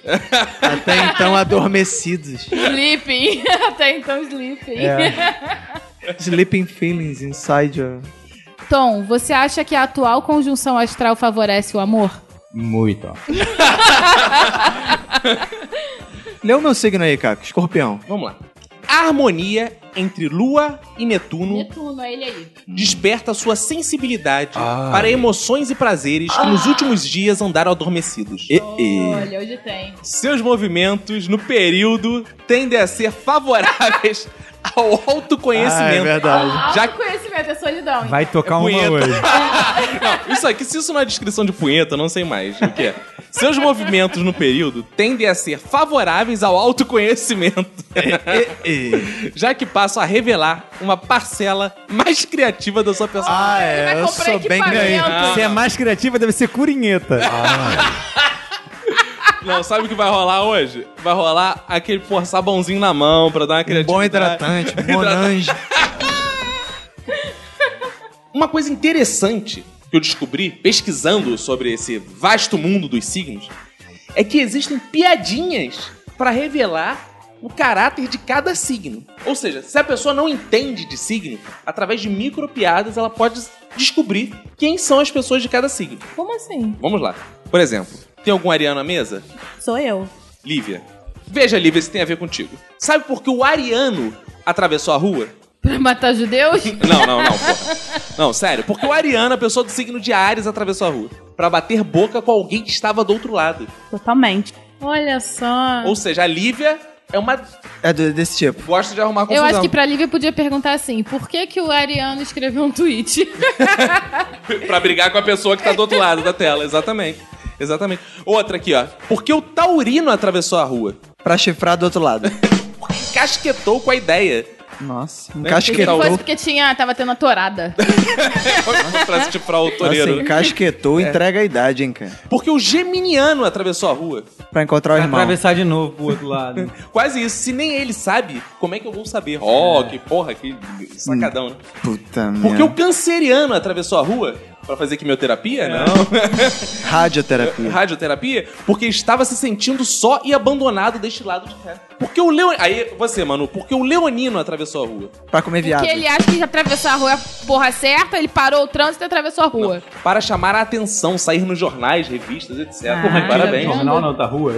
S2: até então adormecidos.
S3: Sleeping. Até então, sleeping.
S2: É. Sleeping feelings inside your...
S3: Tom, você acha que a atual conjunção astral favorece o amor?
S6: Muito.
S2: Lê o meu signo aí, Caco. Escorpião.
S1: Vamos lá. A harmonia entre Lua e Netuno
S3: Netuno, é ele aí.
S1: desperta sua sensibilidade para emoções e prazeres que nos últimos dias andaram adormecidos.
S2: E, e...
S3: Olha, hoje tem.
S1: Seus movimentos no período tendem a ser favoráveis ao
S2: Ah, é
S1: autoconhecimento.
S2: verdade.
S1: Já-
S3: Já... conhecimento é solidão.
S4: Vai tocar uma
S1: Punheta.
S4: hoje.
S1: Não, isso aqui, se isso não é descrição de punheta, eu não sei mais o que é. Seus movimentos no período tendem a ser favoráveis ao autoconhecimento,
S2: E, e...
S1: já que passam a revelar uma parcela mais criativa da sua personalidade.
S2: Ah,
S3: Ele vai
S2: é. Eu
S3: comprar
S2: sou bem
S3: equipamento.
S2: grande.
S4: Se é mais criativa, deve ser curinheta.
S1: Não, sabe o que vai rolar hoje? Vai rolar aquele pôr sabãozinho na mão pra dar uma
S4: É
S1: criatividade.
S2: Bom hidratante, bom anjo.
S1: Uma coisa interessante que eu descobri pesquisando sobre esse vasto mundo dos signos é que existem piadinhas pra revelar o caráter de cada signo. Ou seja, se a pessoa não entende de signo, através de micropiadas ela pode descobrir quem são as pessoas de cada signo.
S5: Como assim?
S1: Vamos lá. Por exemplo, tem algum ariano na mesa?
S5: Sou eu.
S1: Lívia. Veja, Lívia, se tem a ver contigo. Sabe por que o ariano atravessou a rua?
S3: Pra matar judeus?
S1: Não, não, não, porra. Não, sério. Porque o Ariano, a pessoa do signo de Ares, atravessou a rua. Pra bater boca com alguém que estava do outro lado.
S5: Totalmente.
S3: Olha só.
S1: Ou seja, a Lívia é uma.
S2: É do- desse tipo.
S1: gosta de arrumar
S3: Eu
S1: confusão.
S3: acho que pra Lívia podia perguntar assim, por que que o Ariano escreveu um tweet?
S1: pra brigar com a pessoa que tá do outro lado da tela, exatamente. Exatamente. Outra aqui, ó. Porque o Taurino atravessou a rua.
S2: Pra chifrar do outro lado.
S1: Casquetou com a ideia.
S2: Nossa. Um
S1: Nem sei
S3: Foi
S2: casquetou.
S3: porque tinha, tava tendo a torada.
S1: pra se tipo, pra o
S2: Nossa,
S1: toureiro. né?
S2: Assim, encasquetou, entrega a idade, hein, cara.
S1: Porque o Geminiano atravessou a rua.
S2: Pra encontrar o irmão.
S4: Atravessar de novo pro outro lado.
S1: Quase isso. Se nem ele sabe, como é que eu vou saber? Ó, que porra, que sacadão, né?
S2: Puta
S1: Porque o
S2: merda.
S1: canceriano atravessou a rua pra fazer quimioterapia, não?
S2: Radioterapia.
S1: Radioterapia, porque estava se sentindo só e abandonado deste lado de cá. Porque o Leon... Aí, você, Manu, porque o Leonino atravessou a rua
S2: Pra comer viado.
S3: Porque ele acha que já atravessou a rua é a porra certa, ele parou o trânsito e atravessou a rua.
S1: para chamar a atenção, sair nos jornais, revistas, etc.
S5: Ah,
S1: Porra, parabéns.
S3: vendo?
S4: Jornal na outra rua.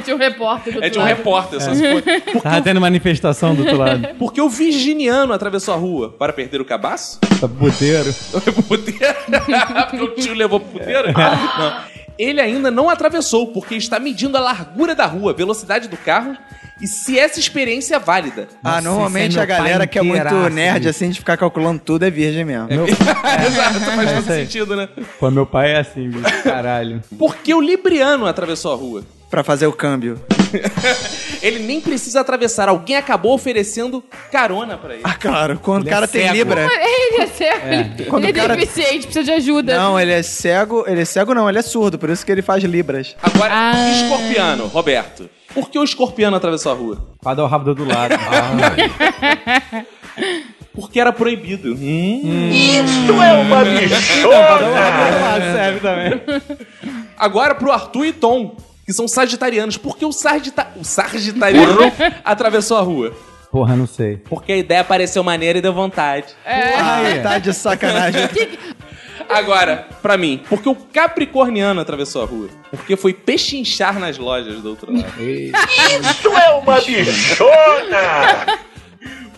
S3: tinha um repórter do
S1: É de um
S3: lado.
S1: repórter, só se for. Por-
S4: Tava tendo manifestação do outro lado.
S1: Porque o virginiano atravessou a rua para perder o cabaço?
S4: Puteiro.
S1: Pro puteiro? porque o tio levou pro puteiro? Não. Ele ainda não atravessou, porque está medindo a largura da rua, velocidade do carro e se essa experiência é válida.
S2: Ah,
S4: Nossa,
S2: normalmente
S4: esse é
S2: a
S4: meu pai
S2: galera que é muito
S4: inteiraço,
S2: nerd,
S4: bicho.
S2: assim, de ficar calculando tudo é virgem mesmo.
S1: Exato, faz todo
S4: isso aí.
S1: sentido, né?
S4: Pô, meu pai é assim, bicho. Caralho.
S1: Porque o Libriano atravessou a rua.
S2: Pra fazer o câmbio.
S1: Ele nem precisa atravessar, alguém acabou oferecendo carona pra ele.
S2: Ah, claro. Quando o
S4: Ele é
S2: cara tem
S4: cego.
S2: Libra.
S3: Ele é cego, ele,
S2: Quando
S3: ele
S2: o cara-
S3: é deficiente, precisa de ajuda.
S2: Não, ele é cego. Ele é cego, não, ele é surdo, por isso que ele faz Libras.
S1: Agora,
S3: Ah.
S1: escorpiano, Roberto. Por que o escorpiano atravessou a rua?
S4: Pra dar o rabo do outro lado.
S1: Porque era proibido. Hum.
S4: Ah,
S3: é
S4: serve também.
S1: Agora pro Arthur e Tom, que são sagitarianos. Por que o, sagita... o sagitariano atravessou a rua?
S4: Porra, não sei.
S1: Porque a ideia pareceu maneira e deu vontade.
S3: É.
S2: Ai, tá de sacanagem.
S1: Agora, pra mim, porque o Capricorniano atravessou a rua? Porque foi pechinchar nas lojas do outro lado. Isso é uma bichona!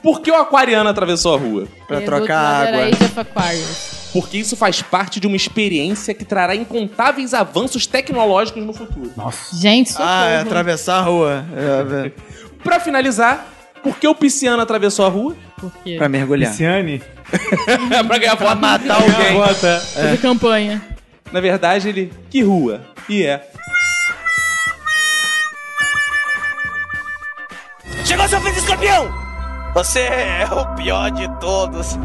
S1: Porque o Aquariano atravessou a rua?
S2: pra
S3: É, do outro lado
S2: trocar
S3: era
S2: água.
S3: Age of Aquarius.
S1: Porque isso faz parte de uma experiência que trará incontáveis avanços tecnológicos no futuro.
S3: Gente, socorro.
S2: Ah, é atravessar a rua. É, é.
S1: Pra finalizar, porque o Pisciano atravessou a rua?
S3: Porque... é
S2: Pra mergulhar.
S4: Luciane?
S1: É pra ganhar voto.
S8: matar alguém.
S3: Fazer campanha.
S1: Na verdade, ele. Que rua? E é.
S8: Chegou seu fim, escorpião! Você é o pior de todos.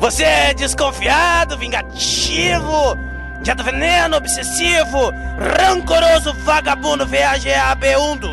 S8: Você é desconfiado, vingativo, já do veneno, obsessivo, rancoroso, vagabundo, VAGABundo.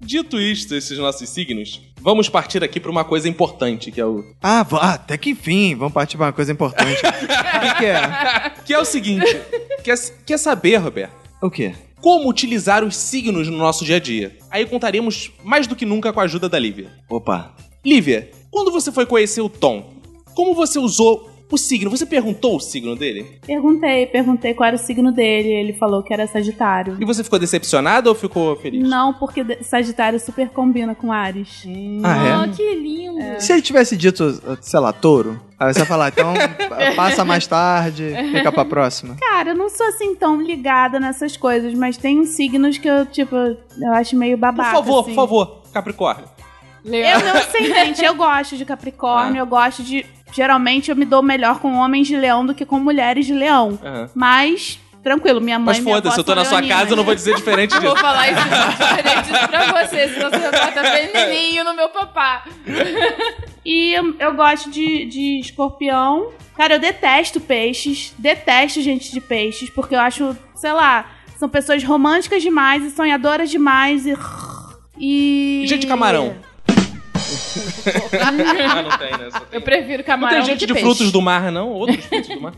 S1: Dito isto, esses nossos signos, vamos partir aqui pra uma coisa importante, que é o.
S2: Ah, vá, até que enfim, vamos partir pra uma coisa importante. O que, que é?
S1: Que é o seguinte. quer, quer saber, Roberto?
S2: O quê?
S1: Como utilizar os signos no nosso dia a dia? Aí contaremos mais do que nunca com a ajuda da Lívia.
S2: Opa.
S1: Lívia, quando você foi conhecer o Tom, como você usou o signo? Você perguntou o signo dele?
S5: Perguntei, perguntei qual era o signo dele. Ele falou que era Sagitário.
S1: E você ficou decepcionada ou ficou feliz?
S5: Não, porque de- Sagitário super combina com Ares.
S2: Ah,
S3: Oh, que lindo.
S2: é? Se ele tivesse dito, sei lá, touro, aí você ia falar, então passa mais tarde, fica pra próxima.
S5: Cara, eu não sou assim tão ligada nessas coisas, mas tem uns signos que eu, tipo, eu acho meio
S1: Por
S5: babaca.
S1: favor,
S5: assim.
S1: por favor, Capricórnio.
S5: Eu
S3: Leão.
S5: não sei, gente. Eu gosto de Capricórnio, eu gosto de. Geralmente eu me dou melhor com homens de leão do que com mulheres de leão.
S1: Aham.
S5: Mas, tranquilo, minha mãe.
S1: Mas
S5: e minha
S1: foda-se,
S5: avó né?
S1: eu tô
S5: são
S1: na sua
S5: leoninas.
S1: casa, eu não vou dizer diferente
S3: Eu
S1: disso.
S3: vou falar isso É diferente pra você, senão você vai botar veneninho no meu papá.
S5: E eu, eu gosto de, de escorpião. Cara, eu detesto peixes. Detesto gente de peixes, porque eu acho, sei lá, são pessoas românticas demais e sonhadoras demais e. E.
S1: E gente de camarão? ah, não tem, né? Só tem-
S3: Eu prefiro
S1: Não
S3: camarão
S1: tem gente
S3: do
S1: de
S3: que
S1: frutos
S3: peixe.
S1: do mar, não? Outros frutos do mar?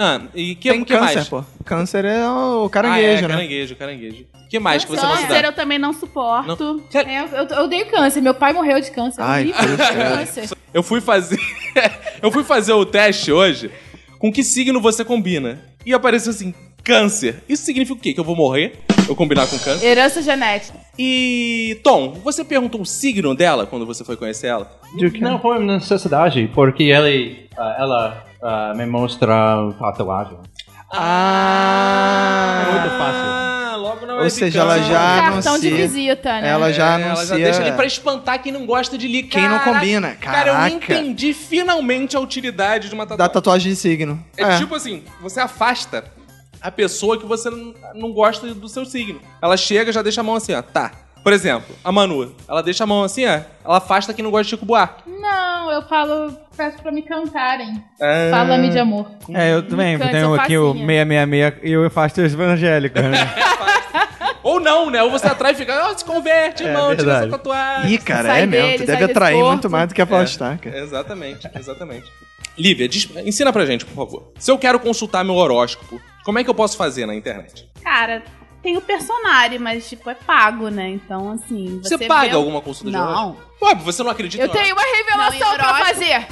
S1: Ah, e que,
S2: Tem
S1: que
S2: câncer,
S1: mais?
S2: pô. Câncer é o
S1: ah,
S2: caranguejo,
S1: é,
S2: né?
S1: caranguejo, caranguejo. que mais que você
S5: Câncer
S1: pode dar?
S5: eu também não suporto.
S1: Cara,
S3: É, eu, eu, eu dei câncer, meu pai morreu de câncer.
S2: Ai,
S3: horrível,
S2: cruz, cara.
S3: câncer.
S1: Eu fui fazer. eu fui fazer o teste hoje com que signo você combina. E apareceu assim, câncer. Isso significa o quê? Que eu vou morrer? Eu combinar com câncer?
S3: Herança genética.
S1: E. Tom, você perguntou o signo dela quando você foi conhecer ela?
S6: Não foi uma necessidade, porque ele, ah, ela ah, me mostra tatuagem.
S2: Ah,
S6: É muito fácil.
S1: Ah, logo na
S2: Ou seja, ela
S1: webcam.
S2: já
S3: Cartão de
S2: anuncia.
S3: visita, né?
S2: Ah, Ela já
S1: É,
S2: anuncia.
S1: Ela já deixa ali pra espantar quem não gosta de li.
S2: Quem não
S1: Caraca,
S2: combina.
S1: Cara, eu
S2: Caraca.
S1: entendi finalmente a utilidade de uma
S2: Da
S1: tatuagem.
S2: tatuagem de signo.
S1: É, tipo assim, você afasta a pessoa que você n- não gosta do seu signo. Ela chega, já deixa a mão assim, ó. Tá. Por exemplo, a Manu, ela deixa a mão assim, ó. Ela afasta quem não gosta de Chico Buarque.
S3: Não, eu falo, peço pra me cantarem.
S1: Ah.
S3: Fala-me de amor.
S4: É, eu também.
S3: Câncer,
S4: tenho aqui o
S3: facinha.
S4: 666 e eu afasto os evangélicos, né?
S1: Ou não, né? Ou você atrai e fica, ó, se converte, irmão, tira essa
S4: verdade.
S1: tatuagem.
S2: Ih, cara,
S3: Sai
S2: é mesmo. tu
S3: dele, sai
S2: deve
S3: desse
S2: atrair
S3: corpo.
S2: muito mais do que afastar, cara.
S1: Exatamente, exatamente. Lívia, diz- ensina pra gente, por favor. Se eu quero consultar meu horóscopo, como é que eu posso fazer na internet?
S5: Cara, tem o personagem, mas tipo, é pago, né? Então, assim.
S1: Você,
S5: Você,
S1: paga
S5: vê-
S1: alguma consulta de horóscopo?
S5: Não.
S1: Óbvio, você não acredita
S3: Eu
S1: em
S3: tenho uma revelação
S5: Não, em
S3: pra
S5: horóscopo-
S3: fazer.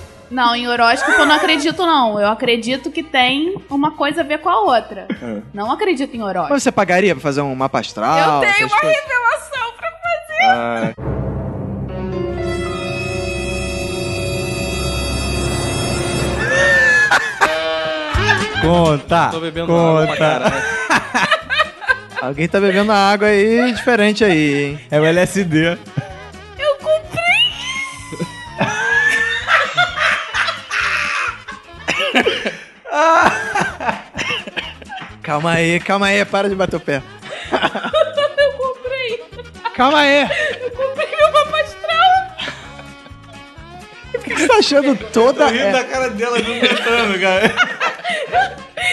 S5: Não, em horóscopo eu não acredito, não. Eu acredito que tem uma coisa a ver com a outra.
S1: É.
S5: Não acredito em horóscopo.
S2: Mas você pagaria pra fazer um mapa astral?
S3: Eu tenho
S2: essas
S3: uma
S2: coisas?
S3: revelação pra
S4: Conta!
S1: Tô bebendo água pra né?
S4: conta.
S1: caralho.
S2: Alguém tá bebendo água aí diferente aí, hein?
S4: É o LSD.
S3: Eu comprei.
S2: Calma aí, calma aí, para de bater o pé.
S3: Eu comprei.
S2: Calma aí.
S3: Eu comprei meu mapa astral.
S2: Por que você tá achando toda. É,
S4: cara dela gritando, cara.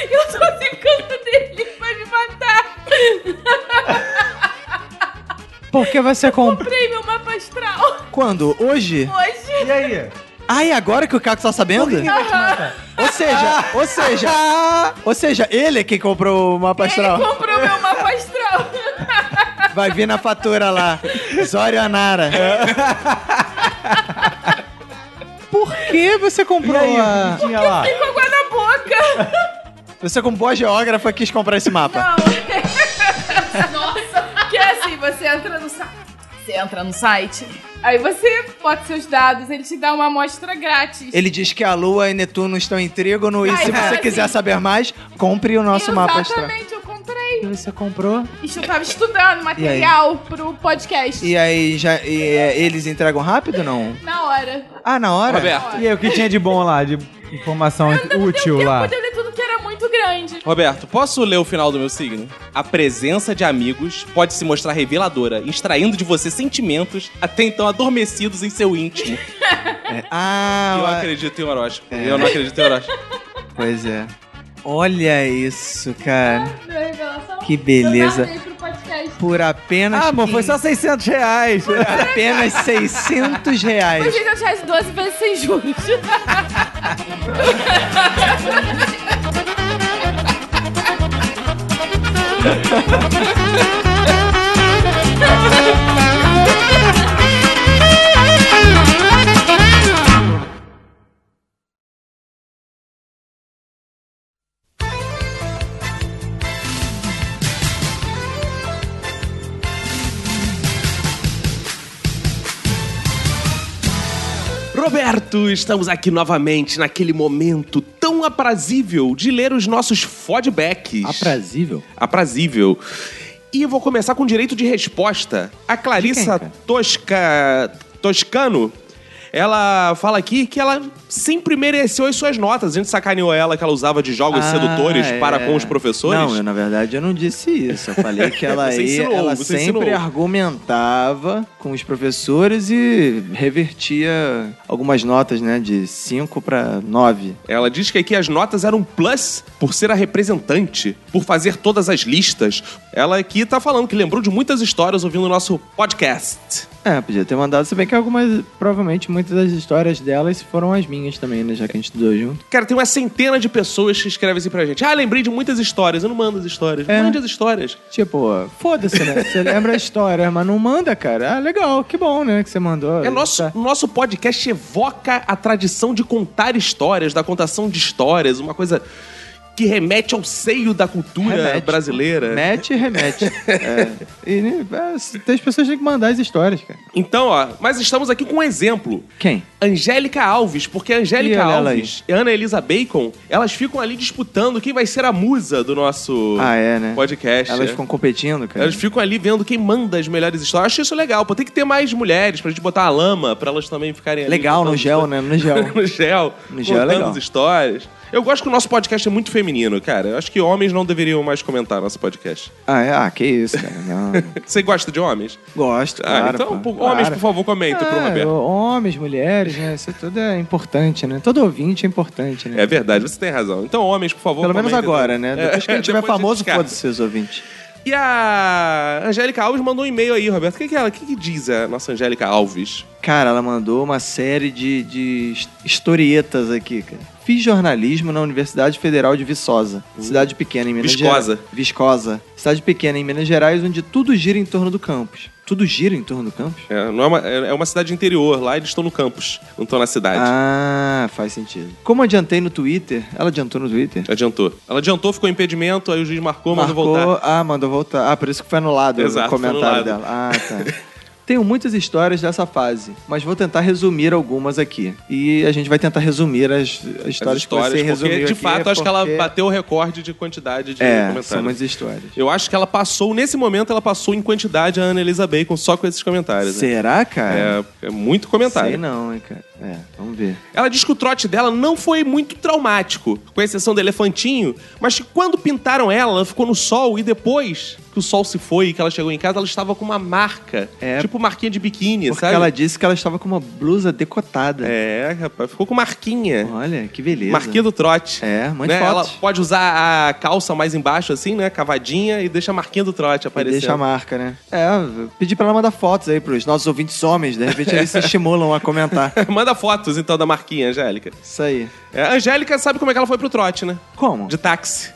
S3: Eu tô ficando dele. Ele vai me matar.
S2: porque você comprou.
S3: Comprei meu mapa astral
S2: Quando? Hoje?
S3: hoje.
S4: E aí?
S2: Ah, e agora que o Caco tá sabendo? Ou seja, ou seja. Ou seja, ele é quem comprou o mapa
S3: Ele
S2: astral.
S3: comprou meu mapa astral.
S2: Vai vir na fatura lá. Zório Anara.
S4: É.
S2: Por que você
S4: E
S2: comprou
S4: aí,
S2: a-
S4: Tinha lá.
S3: Com água na boca.
S2: Você, como boa geógrafa, quis comprar esse mapa.
S3: Não. Nossa. Que é assim, você entra no site. Você entra no site. Aí você bota seus dados, ele te dá uma amostra grátis.
S2: Ele diz que a Lua e Netuno estão em trígono e
S3: Ai,
S2: se
S3: cara,
S2: você
S3: sim.
S2: quiser saber mais, compre o nosso mapa astral.
S3: Exatamente, eu comprei.
S4: E você comprou?
S3: Isso eu tava estudando material pro podcast.
S2: E aí já e, é, eles entregam rápido ou não?
S3: Na hora.
S2: Ah, na hora?
S1: Roberto.
S4: E aí, o que tinha de bom lá, de informação útil lá?
S3: Podia ler tudo que era muito grande.
S1: Roberto, posso ler o final do meu signo? A presença de amigos pode se mostrar reveladora, extraindo de você sentimentos até então adormecidos em seu íntimo.
S2: Ah,
S1: eu
S2: ué,
S1: acredito em horóscopo. Eu não acredito em horóscopo.
S2: pois é. Olha isso, cara.
S3: Deu revelação.
S2: Que beleza.
S3: Eu guardei pro podcast.
S2: Por apenas.
S4: Ah, amor, foi só 600 reais.
S2: apenas 600
S3: Foi
S2: reais.
S3: 600 reais 12 vezes sem juros.
S1: Roberto, estamos aqui novamente naquele momento tão aprazível de ler os nossos feedbacks.
S2: Aprazível.
S1: aprazível. E eu vou começar com direito de resposta. A Clarissa
S2: cara?
S1: Tosca... Toscano, ela fala aqui que ela sempre mereceu as suas notas. A gente sacaneou ela que ela usava de jogos
S2: Ah,
S1: sedutores
S2: é.
S1: para com os professores.
S2: Não, eu, na verdade eu não disse isso. Eu falei que ela,
S1: Você
S2: ia,
S1: insinuou,
S2: ela
S1: você
S2: sempre
S1: insinuou.
S2: argumentava com os professores e revertia algumas notas, né? De 5 para 9.
S1: Ela diz que aqui as notas eram plus por ser a representante, por fazer todas as listas. Ela aqui tá falando que lembrou de muitas histórias ouvindo o nosso podcast.
S2: É, podia ter mandado. Se bem que algumas, provavelmente muitas das histórias delas foram as minhas também, né? Já que a gente estudou junto.
S1: Cara, tem uma centena de pessoas que escrevem assim pra gente. Ah, lembrei de muitas histórias. Eu não mando as histórias.
S2: É.
S1: Mande as histórias.
S2: Tipo, foda-se, né? Você lembra a história, mas não manda, cara. Ah, legal, que bom, né? Que você mandou.
S1: É nosso,
S2: Tá.
S1: o nosso podcast evoca a tradição de contar histórias, da contação de histórias, uma coisa que remete ao seio da cultura
S2: Remete. Né?
S1: brasileira.
S2: Mete e remete. é. E né, as pessoas têm que mandar as histórias, cara.
S1: Então, ó, mas estamos aqui com um exemplo.
S2: Quem?
S1: Angélica Alves, porque a Angélica
S2: Ih, olha ela
S1: Alves e a Ana Elisa Bacon, elas ficam ali disputando quem vai ser a musa do nosso
S2: Ah, é, né?
S1: podcast.
S2: Elas
S1: né?
S2: ficam competindo, cara.
S1: Elas ficam ali vendo quem manda as melhores histórias. Eu Acho isso legal. Pô, tem que ter mais mulheres pra gente botar a lama, pra elas também ficarem ali.
S2: É Legal, no
S1: contando-
S2: gel, né? No gel.
S1: no gel.
S2: No gel é
S1: contando
S2: legal.
S1: as histórias. Eu gosto que o nosso podcast é muito feminino, cara. Eu acho que homens não deveriam mais comentar nosso podcast.
S2: ah, é? ah, que isso, cara. Não.
S1: Você gosta de homens?
S2: Gosto,
S1: Ah,
S2: claro.
S1: então,
S2: pô,
S1: por- homens,
S2: claro.
S1: por favor, comentem pro
S2: Ah,
S1: Roberto.
S2: homens, mulheres, né? Isso tudo é importante, né? Todo ouvinte é importante, né?
S1: É verdade, você tem razão. Então, homens, por favor,
S2: Pelo menos
S1: comentem. É,
S2: agora, né? Depois que a gente tiver
S1: depois
S2: famoso,
S1: descarta.
S2: foda-se seus ouvintes.
S1: E a Angélica Alves mandou um e-mail aí, Roberto. O que, que ela? O que, que diz a nossa Angélica Alves?
S2: Cara, ela mandou uma série de, de his- historietas aqui, cara. Fiz jornalismo na Universidade Federal de Viçosa, cidade pequena em Minas
S1: Viscosa.
S2: Gerais. Uh. Viscosa. Cidade pequena em Minas Gerais, onde tudo gira em torno do campus. Tudo gira em torno do campus?
S1: É, não é, uma, é uma cidade interior, lá eles estão no campus, não estão na cidade.
S2: Ah, faz sentido. Como adiantei no Twitter, ela adiantou no Twitter?
S1: Adiantou. Ela adiantou, ficou impedimento, aí o juiz marcou, mandou
S2: Marcou-
S1: voltar.
S2: Ah, mandou voltar. Ah, por isso que foi anulado
S1: Exato,
S2: o
S1: foi
S2: comentário
S1: anulado.
S2: dela. Ah, tá. Tenho muitas histórias dessa fase, mas vou tentar resumir algumas aqui. E a gente vai tentar resumir as, as
S1: As
S2: histórias,
S1: histórias,
S2: que você
S1: porque
S2: resumiu
S1: de
S2: aqui, é
S1: fato acho que ela
S2: porque-
S1: bateu o recorde de quantidade de
S2: É, são
S1: comentários.
S2: muitas histórias.
S1: Eu acho que ela passou, nesse momento, ela passou em quantidade a Ana Elisa Bacon só com esses comentários. né?
S2: Será, cara?
S1: É, é muito comentário.
S2: Sei não, hein, cara. É, vamos ver.
S1: Ela diz que o trote dela não foi muito traumático, com exceção do elefantinho, mas que quando pintaram ela, ela ficou no sol e depois que o sol se foi e que ela chegou em casa, ela estava com uma marca,
S2: É.
S1: tipo marquinha de biquíni,
S2: Porque
S1: sabe?
S2: ela disse que ela estava com uma blusa decotada.
S1: É, rapaz, ficou com marquinha.
S2: Olha, que beleza.
S1: Marquinha do trote.
S2: É, mande
S1: né? Ela
S2: fotos.
S1: pode usar a calça mais embaixo, assim, né? Cavadinha, e deixa a marquinha do trote
S2: E
S1: aparecendo.
S2: Deixa a marca, né? É, pedi pra ela mandar fotos aí pros nossos ouvintes homens, de repente eles se estimulam a comentar.
S1: Manda fotos, então, da marquinha, Angélica.
S2: Isso aí.
S1: É, a Angélica sabe como é que ela foi pro trote, né?
S2: Como?
S1: De táxi.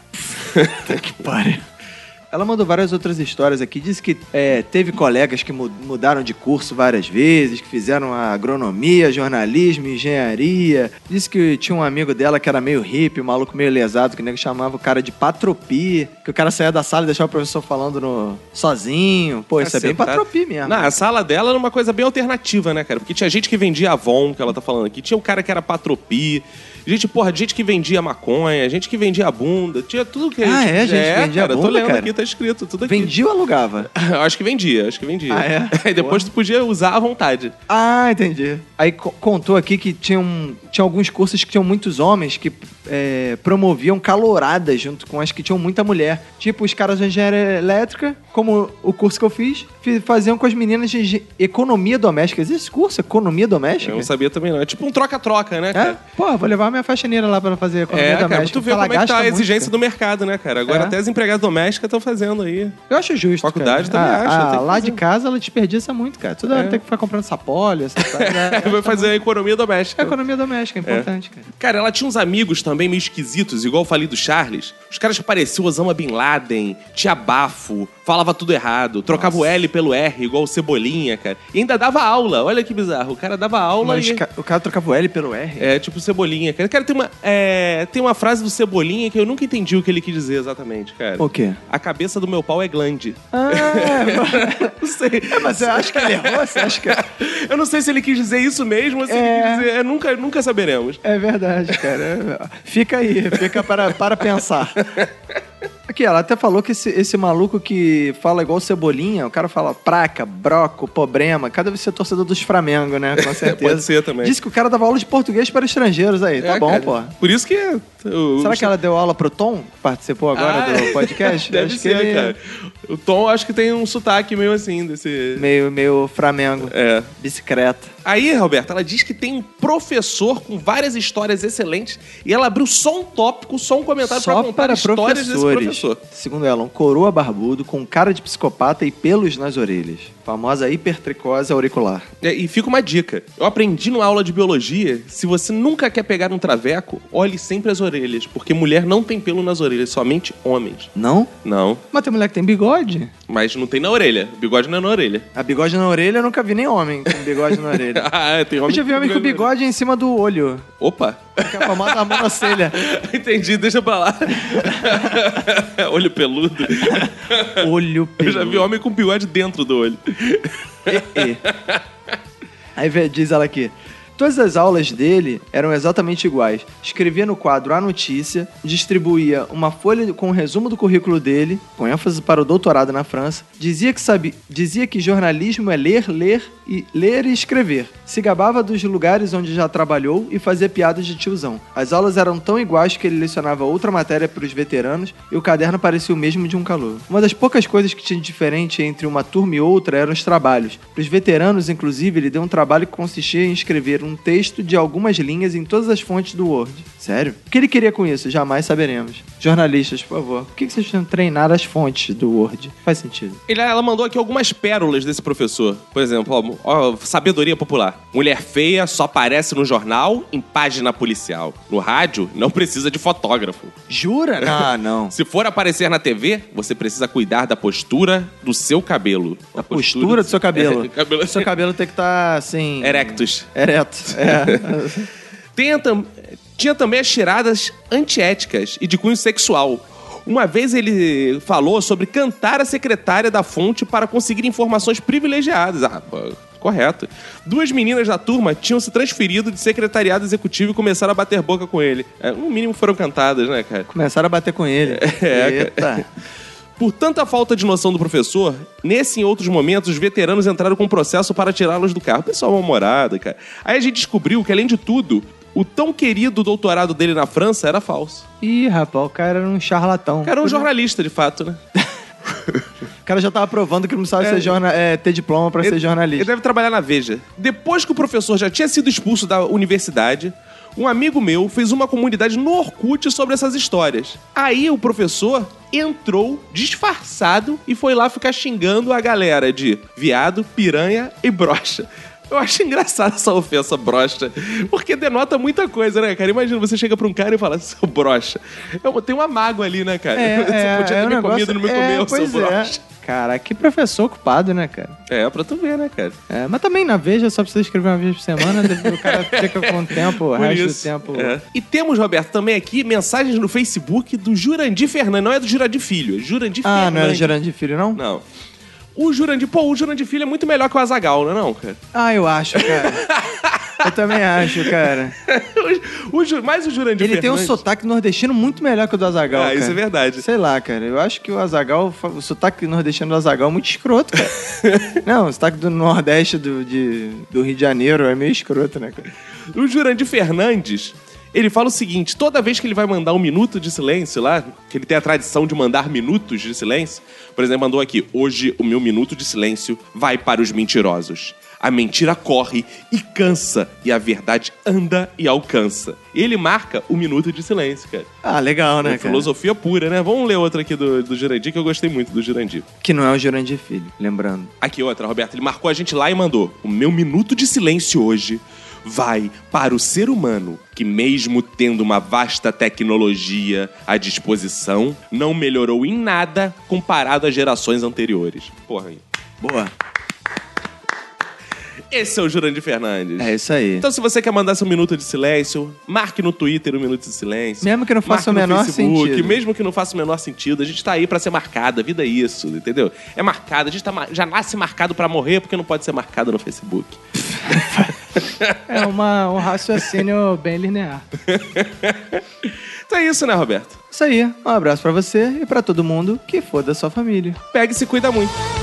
S2: Ela mandou várias outras histórias aqui. Disse que é, teve colegas que mu- mudaram de curso várias vezes, que fizeram a agronomia, jornalismo, engenharia. Disse que tinha um amigo dela que era meio hippie, um maluco meio lesado, que o nego chamava o cara de patropi. Que o cara saía da sala e deixava o professor falando no... sozinho. Pô, isso é bem
S1: Cacetado.
S2: patropi
S1: tá
S2: mesmo.
S1: Não, a sala dela era uma coisa bem alternativa, né, cara? Porque tinha gente que vendia Avon, que ela tá falando aqui. Tinha um cara que era patropi. Gente, porra, gente que vendia maconha, gente que vendia bunda. Tinha tudo que a
S2: Ah, é? Gente que vendia
S1: cara, Tô
S2: bunda,
S1: lendo
S2: cara?
S1: aqui, tá tá escrito, tudo aqui.
S2: Vendia ou alugava?
S1: Eu acho que vendia, acho que vendia.
S2: Ah, é?
S1: Aí depois tu podia usar à vontade.
S2: Ah, entendi. Aí co- contou aqui que tinha, um- tinha alguns cursos que tinham muitos homens que é, promoviam caloradas junto com as que tinham muita mulher. Tipo, os caras de engenharia elétrica, como o curso que eu fiz, fi- faziam com as meninas de engen- economia doméstica. Existe esse curso? Economia doméstica?
S1: Eu não sabia também não. É tipo um troca-troca, né,
S2: É?
S1: cara?
S2: Pô, vou levar minha faxineira lá pra fazer economia
S1: É,
S2: doméstica.
S1: cara, tu vê
S2: Ela
S1: como é que
S2: gasta
S1: tá a
S2: muito,
S1: exigência
S2: cara.
S1: do mercado, né, cara? Agora
S2: É.
S1: até as empregadas domésticas estão fazendo aí.
S2: Eu acho justo.
S1: Faculdade
S2: cara.
S1: também
S2: Ah,
S1: acha,
S2: ah,
S1: tem que
S2: lá
S1: fazer.
S2: de casa ela desperdiça muito, cara. Toda hora
S1: É.
S2: tem que ficar comprando sapólio, essas coisas. É,
S1: Vai fazer a economia
S2: é
S1: doméstica.
S2: economia doméstica, é importante, cara.
S1: Cara, ela tinha uns amigos também meio esquisitos, igual eu falei do Charles. Os caras que pareciam Osama Bin Laden, tinha bafo, falava tudo errado, trocava o L pelo R, igual o Cebolinha, cara. E ainda dava aula, olha que bizarro. O cara dava aula
S2: Mas
S1: e...
S2: ca- o cara trocava o L pelo R.
S1: É, tipo Cebolinha, cara. Cara, tem uma, é, tem uma frase do Cebolinha que eu nunca entendi o que ele quis dizer exatamente, cara.
S2: O quê?
S1: A cabeça do meu pau é glande.
S2: Ah,
S1: Não sei.
S2: É, mas você acha que ele errou? Você acha que...
S1: Eu não sei se ele quis dizer isso mesmo ou se ele
S2: É.
S1: quis dizer... é, nunca, nunca saberemos.
S2: É verdade, cara. É- Fica aí, fica para, para pensar. Aqui, ela até falou que esse, esse maluco que fala igual cebolinha, o cara fala praca, broco, problema. Cada vez ser torcedor dos Flamengo, né? Com certeza.
S1: Pode ser também.
S2: Disse que o cara dava aula de português para estrangeiros aí. Tá
S1: É,
S2: bom,
S1: cara.
S2: pô.
S1: Por isso que... é, o-
S2: Será
S1: o-
S2: que ela deu aula pro Tom, que participou agora
S1: Ah,
S2: do podcast?
S1: Deve
S2: Acho que
S1: ser,
S2: ele- é
S1: cara. O Tom acho que tem um sotaque meio assim desse.
S2: Meio, meio Flamengo.
S1: É.
S2: Bicicleta.
S1: Aí, Roberto, ela diz que tem um professor com várias histórias excelentes e ela abriu só um tópico, só um comentário pra
S2: Só
S1: contar
S2: para
S1: histórias desse
S2: professores.
S1: professor.
S2: Segundo ela, um coroa barbudo com cara de psicopata e pelos nas orelhas. Famosa hipertricose auricular.
S1: É, E fica uma dica. Eu aprendi numa aula de biologia, se você nunca quer pegar um traveco, olhe sempre as orelhas, porque mulher não tem pelo nas orelhas, somente homens.
S2: Não?
S1: Não,
S2: Mas tem mulher que tem bigode.
S1: mas não tem na orelha. O bigode não é na orelha.
S2: A bigode na orelha eu nunca vi nem homem com bigode na orelha.
S1: ah, tem
S2: Eu
S1: homem
S2: já vi homem com bigode em cima do olho.
S1: Opa!
S2: Que é a famosa monocelha.
S1: Entendi, deixa pra lá. olho peludo.
S2: Olho
S1: Eu já vi
S2: peludo.
S1: homem com bigode dentro do olho.
S2: E. Aí vê- diz ela aqui. Todas as aulas dele eram exatamente iguais. Escrevia no quadro a notícia, distribuía uma folha com o resumo do currículo dele, com ênfase para o doutorado na França, dizia que sabe, dizia que jornalismo é ler, ler e ler e escrever. Se gabava dos lugares onde já trabalhou e fazia piadas de tiozão. As aulas eram tão iguais que ele lecionava outra matéria para os veteranos e o caderno parecia o mesmo de um calor. Uma das poucas coisas que tinha de diferente entre uma turma e outra eram os trabalhos. Para os veteranos, inclusive, ele deu um trabalho que consistia em escrever um texto de algumas linhas em todas as fontes do Word. Sério? O que ele queria com isso? Jamais saberemos. Jornalistas, por favor, por que que vocês não treinaram as fontes do Word? Faz sentido.
S1: Ele- ela mandou aqui algumas pérolas desse professor. Por exemplo, ó, ó, sabedoria popular. Mulher feia só aparece no jornal em página policial. No rádio, não precisa de fotógrafo.
S2: Jura? Ah, não.
S1: Se for aparecer na TV, você precisa cuidar da postura do seu cabelo.
S2: A postura do seu cabelo.
S1: É, cabelo-
S2: Seu cabelo tem que estar, assim...
S1: Erectus.
S2: Ereto. É.
S1: Tem tam- tinha também as tiradas antiéticas e de cunho sexual. Uma vez ele falou sobre cantar a secretária da fonte para conseguir informações privilegiadas. Ah, pô, correto. Duas meninas da turma tinham se transferido de secretariado executivo e começaram a bater boca com ele. É, no mínimo foram cantadas, né, cara?
S2: Começaram a bater com ele.
S1: É,
S2: Eita.
S1: Por tanta falta de noção do professor, nesse e em outros momentos, os veteranos entraram com um processo para tirá-los do carro. Pessoal mal-humorado, cara. Aí a gente descobriu que, além de tudo, o tão querido doutorado dele na França era falso.
S2: Ih, rapaz, o cara era um charlatão.
S1: O cara era um jornalista, de fato, né?
S2: O cara já tava provando que não sabe
S1: É.
S2: ser jorna- é, ter diploma pra ser
S1: Ele
S2: jornalista.
S1: deve trabalhar na Veja. Depois que o professor já tinha sido expulso da universidade, um amigo meu fez uma comunidade no Orkut sobre essas histórias. Aí o professor entrou disfarçado e foi lá ficar xingando a galera de viado, piranha e brocha. Eu acho engraçada essa ofensa brocha, porque denota muita coisa, né, cara? Imagina, você chega pra um cara e fala, seu brocha. Eu- Tem uma mágoa ali, né, cara? você podia ter
S2: um
S1: me comido,
S2: negócio-
S1: não me
S2: é,
S1: comeu, seu
S2: pois é.
S1: brocha.
S2: Cara, que professor ocupado, né, cara?
S1: É, pra tu ver, né, cara?
S2: É, mas também na Veja só precisa escrever uma vez por semana, o cara fica com o tempo, o
S1: Por
S2: resto do
S1: isso.
S2: tempo.
S1: É. E temos, Roberto, também aqui mensagens no Facebook do Jurandir Fernandes. Não é do Jurandir Filho, é Jurandir
S2: Ah,
S1: Fernandes.
S2: não era Gerando de Filho, não?
S1: Não. O Jurandir, pô, o Jurandir Filho é muito melhor que o Azagal, não é não, cara?
S2: Ah, eu acho, cara. Eu também acho, cara.
S1: O Ju- mais o Jurandir
S2: Ele tem um
S1: Fernandes.
S2: sotaque nordestino muito melhor que o do Azagal.
S1: Ah, isso é verdade.
S2: Sei lá, cara. Eu acho que o Azagal, o sotaque nordestino do Azagal é muito escroto, cara. Não, o sotaque do Nordeste do, de- do Rio de Janeiro é meio escroto, né, cara?
S1: O Jurandir Fernandes, ele fala o seguinte: toda vez que ele vai mandar um minuto de silêncio lá, que ele tem a tradição de mandar minutos de silêncio, por exemplo, mandou aqui: hoje o meu minuto de silêncio vai para os mentirosos. A mentira corre e cansa, e a verdade anda e alcança. E ele marca o minuto de silêncio, cara.
S2: Ah, legal, né,
S1: É
S2: cara?
S1: filosofia pura, né? Vamos ler outra aqui do, do Jurandir, que eu gostei muito do Jurandir.
S2: Que não é o Jurandir Filho, lembrando.
S1: Aqui outra, Roberto. Ele marcou a gente lá e mandou. O meu minuto de silêncio hoje vai para o ser humano que, mesmo tendo uma vasta tecnologia à disposição, não melhorou em nada comparado às gerações anteriores. Porra, hein?
S2: Boa.
S1: Esse é o Jurandir Fernandes.
S2: É isso aí.
S1: Então, se você quer mandar seu minuto de silêncio, marque no Twitter o minuto de silêncio.
S2: Mesmo que não faça
S1: Marque
S2: o
S1: no
S2: menor
S1: Facebook,
S2: sentido.
S1: Mesmo que não faça o menor sentido, a gente tá aí pra ser marcado. A vida é isso, entendeu? É marcado. A gente tá ma- já nasce marcado pra morrer porque não pode ser marcado no Facebook.
S11: É uma, um raciocínio bem linear.
S1: Então é isso, né, Roberto?
S2: Isso aí. Um abraço pra você e pra todo mundo que for da sua família.
S1: Pega e se cuida muito.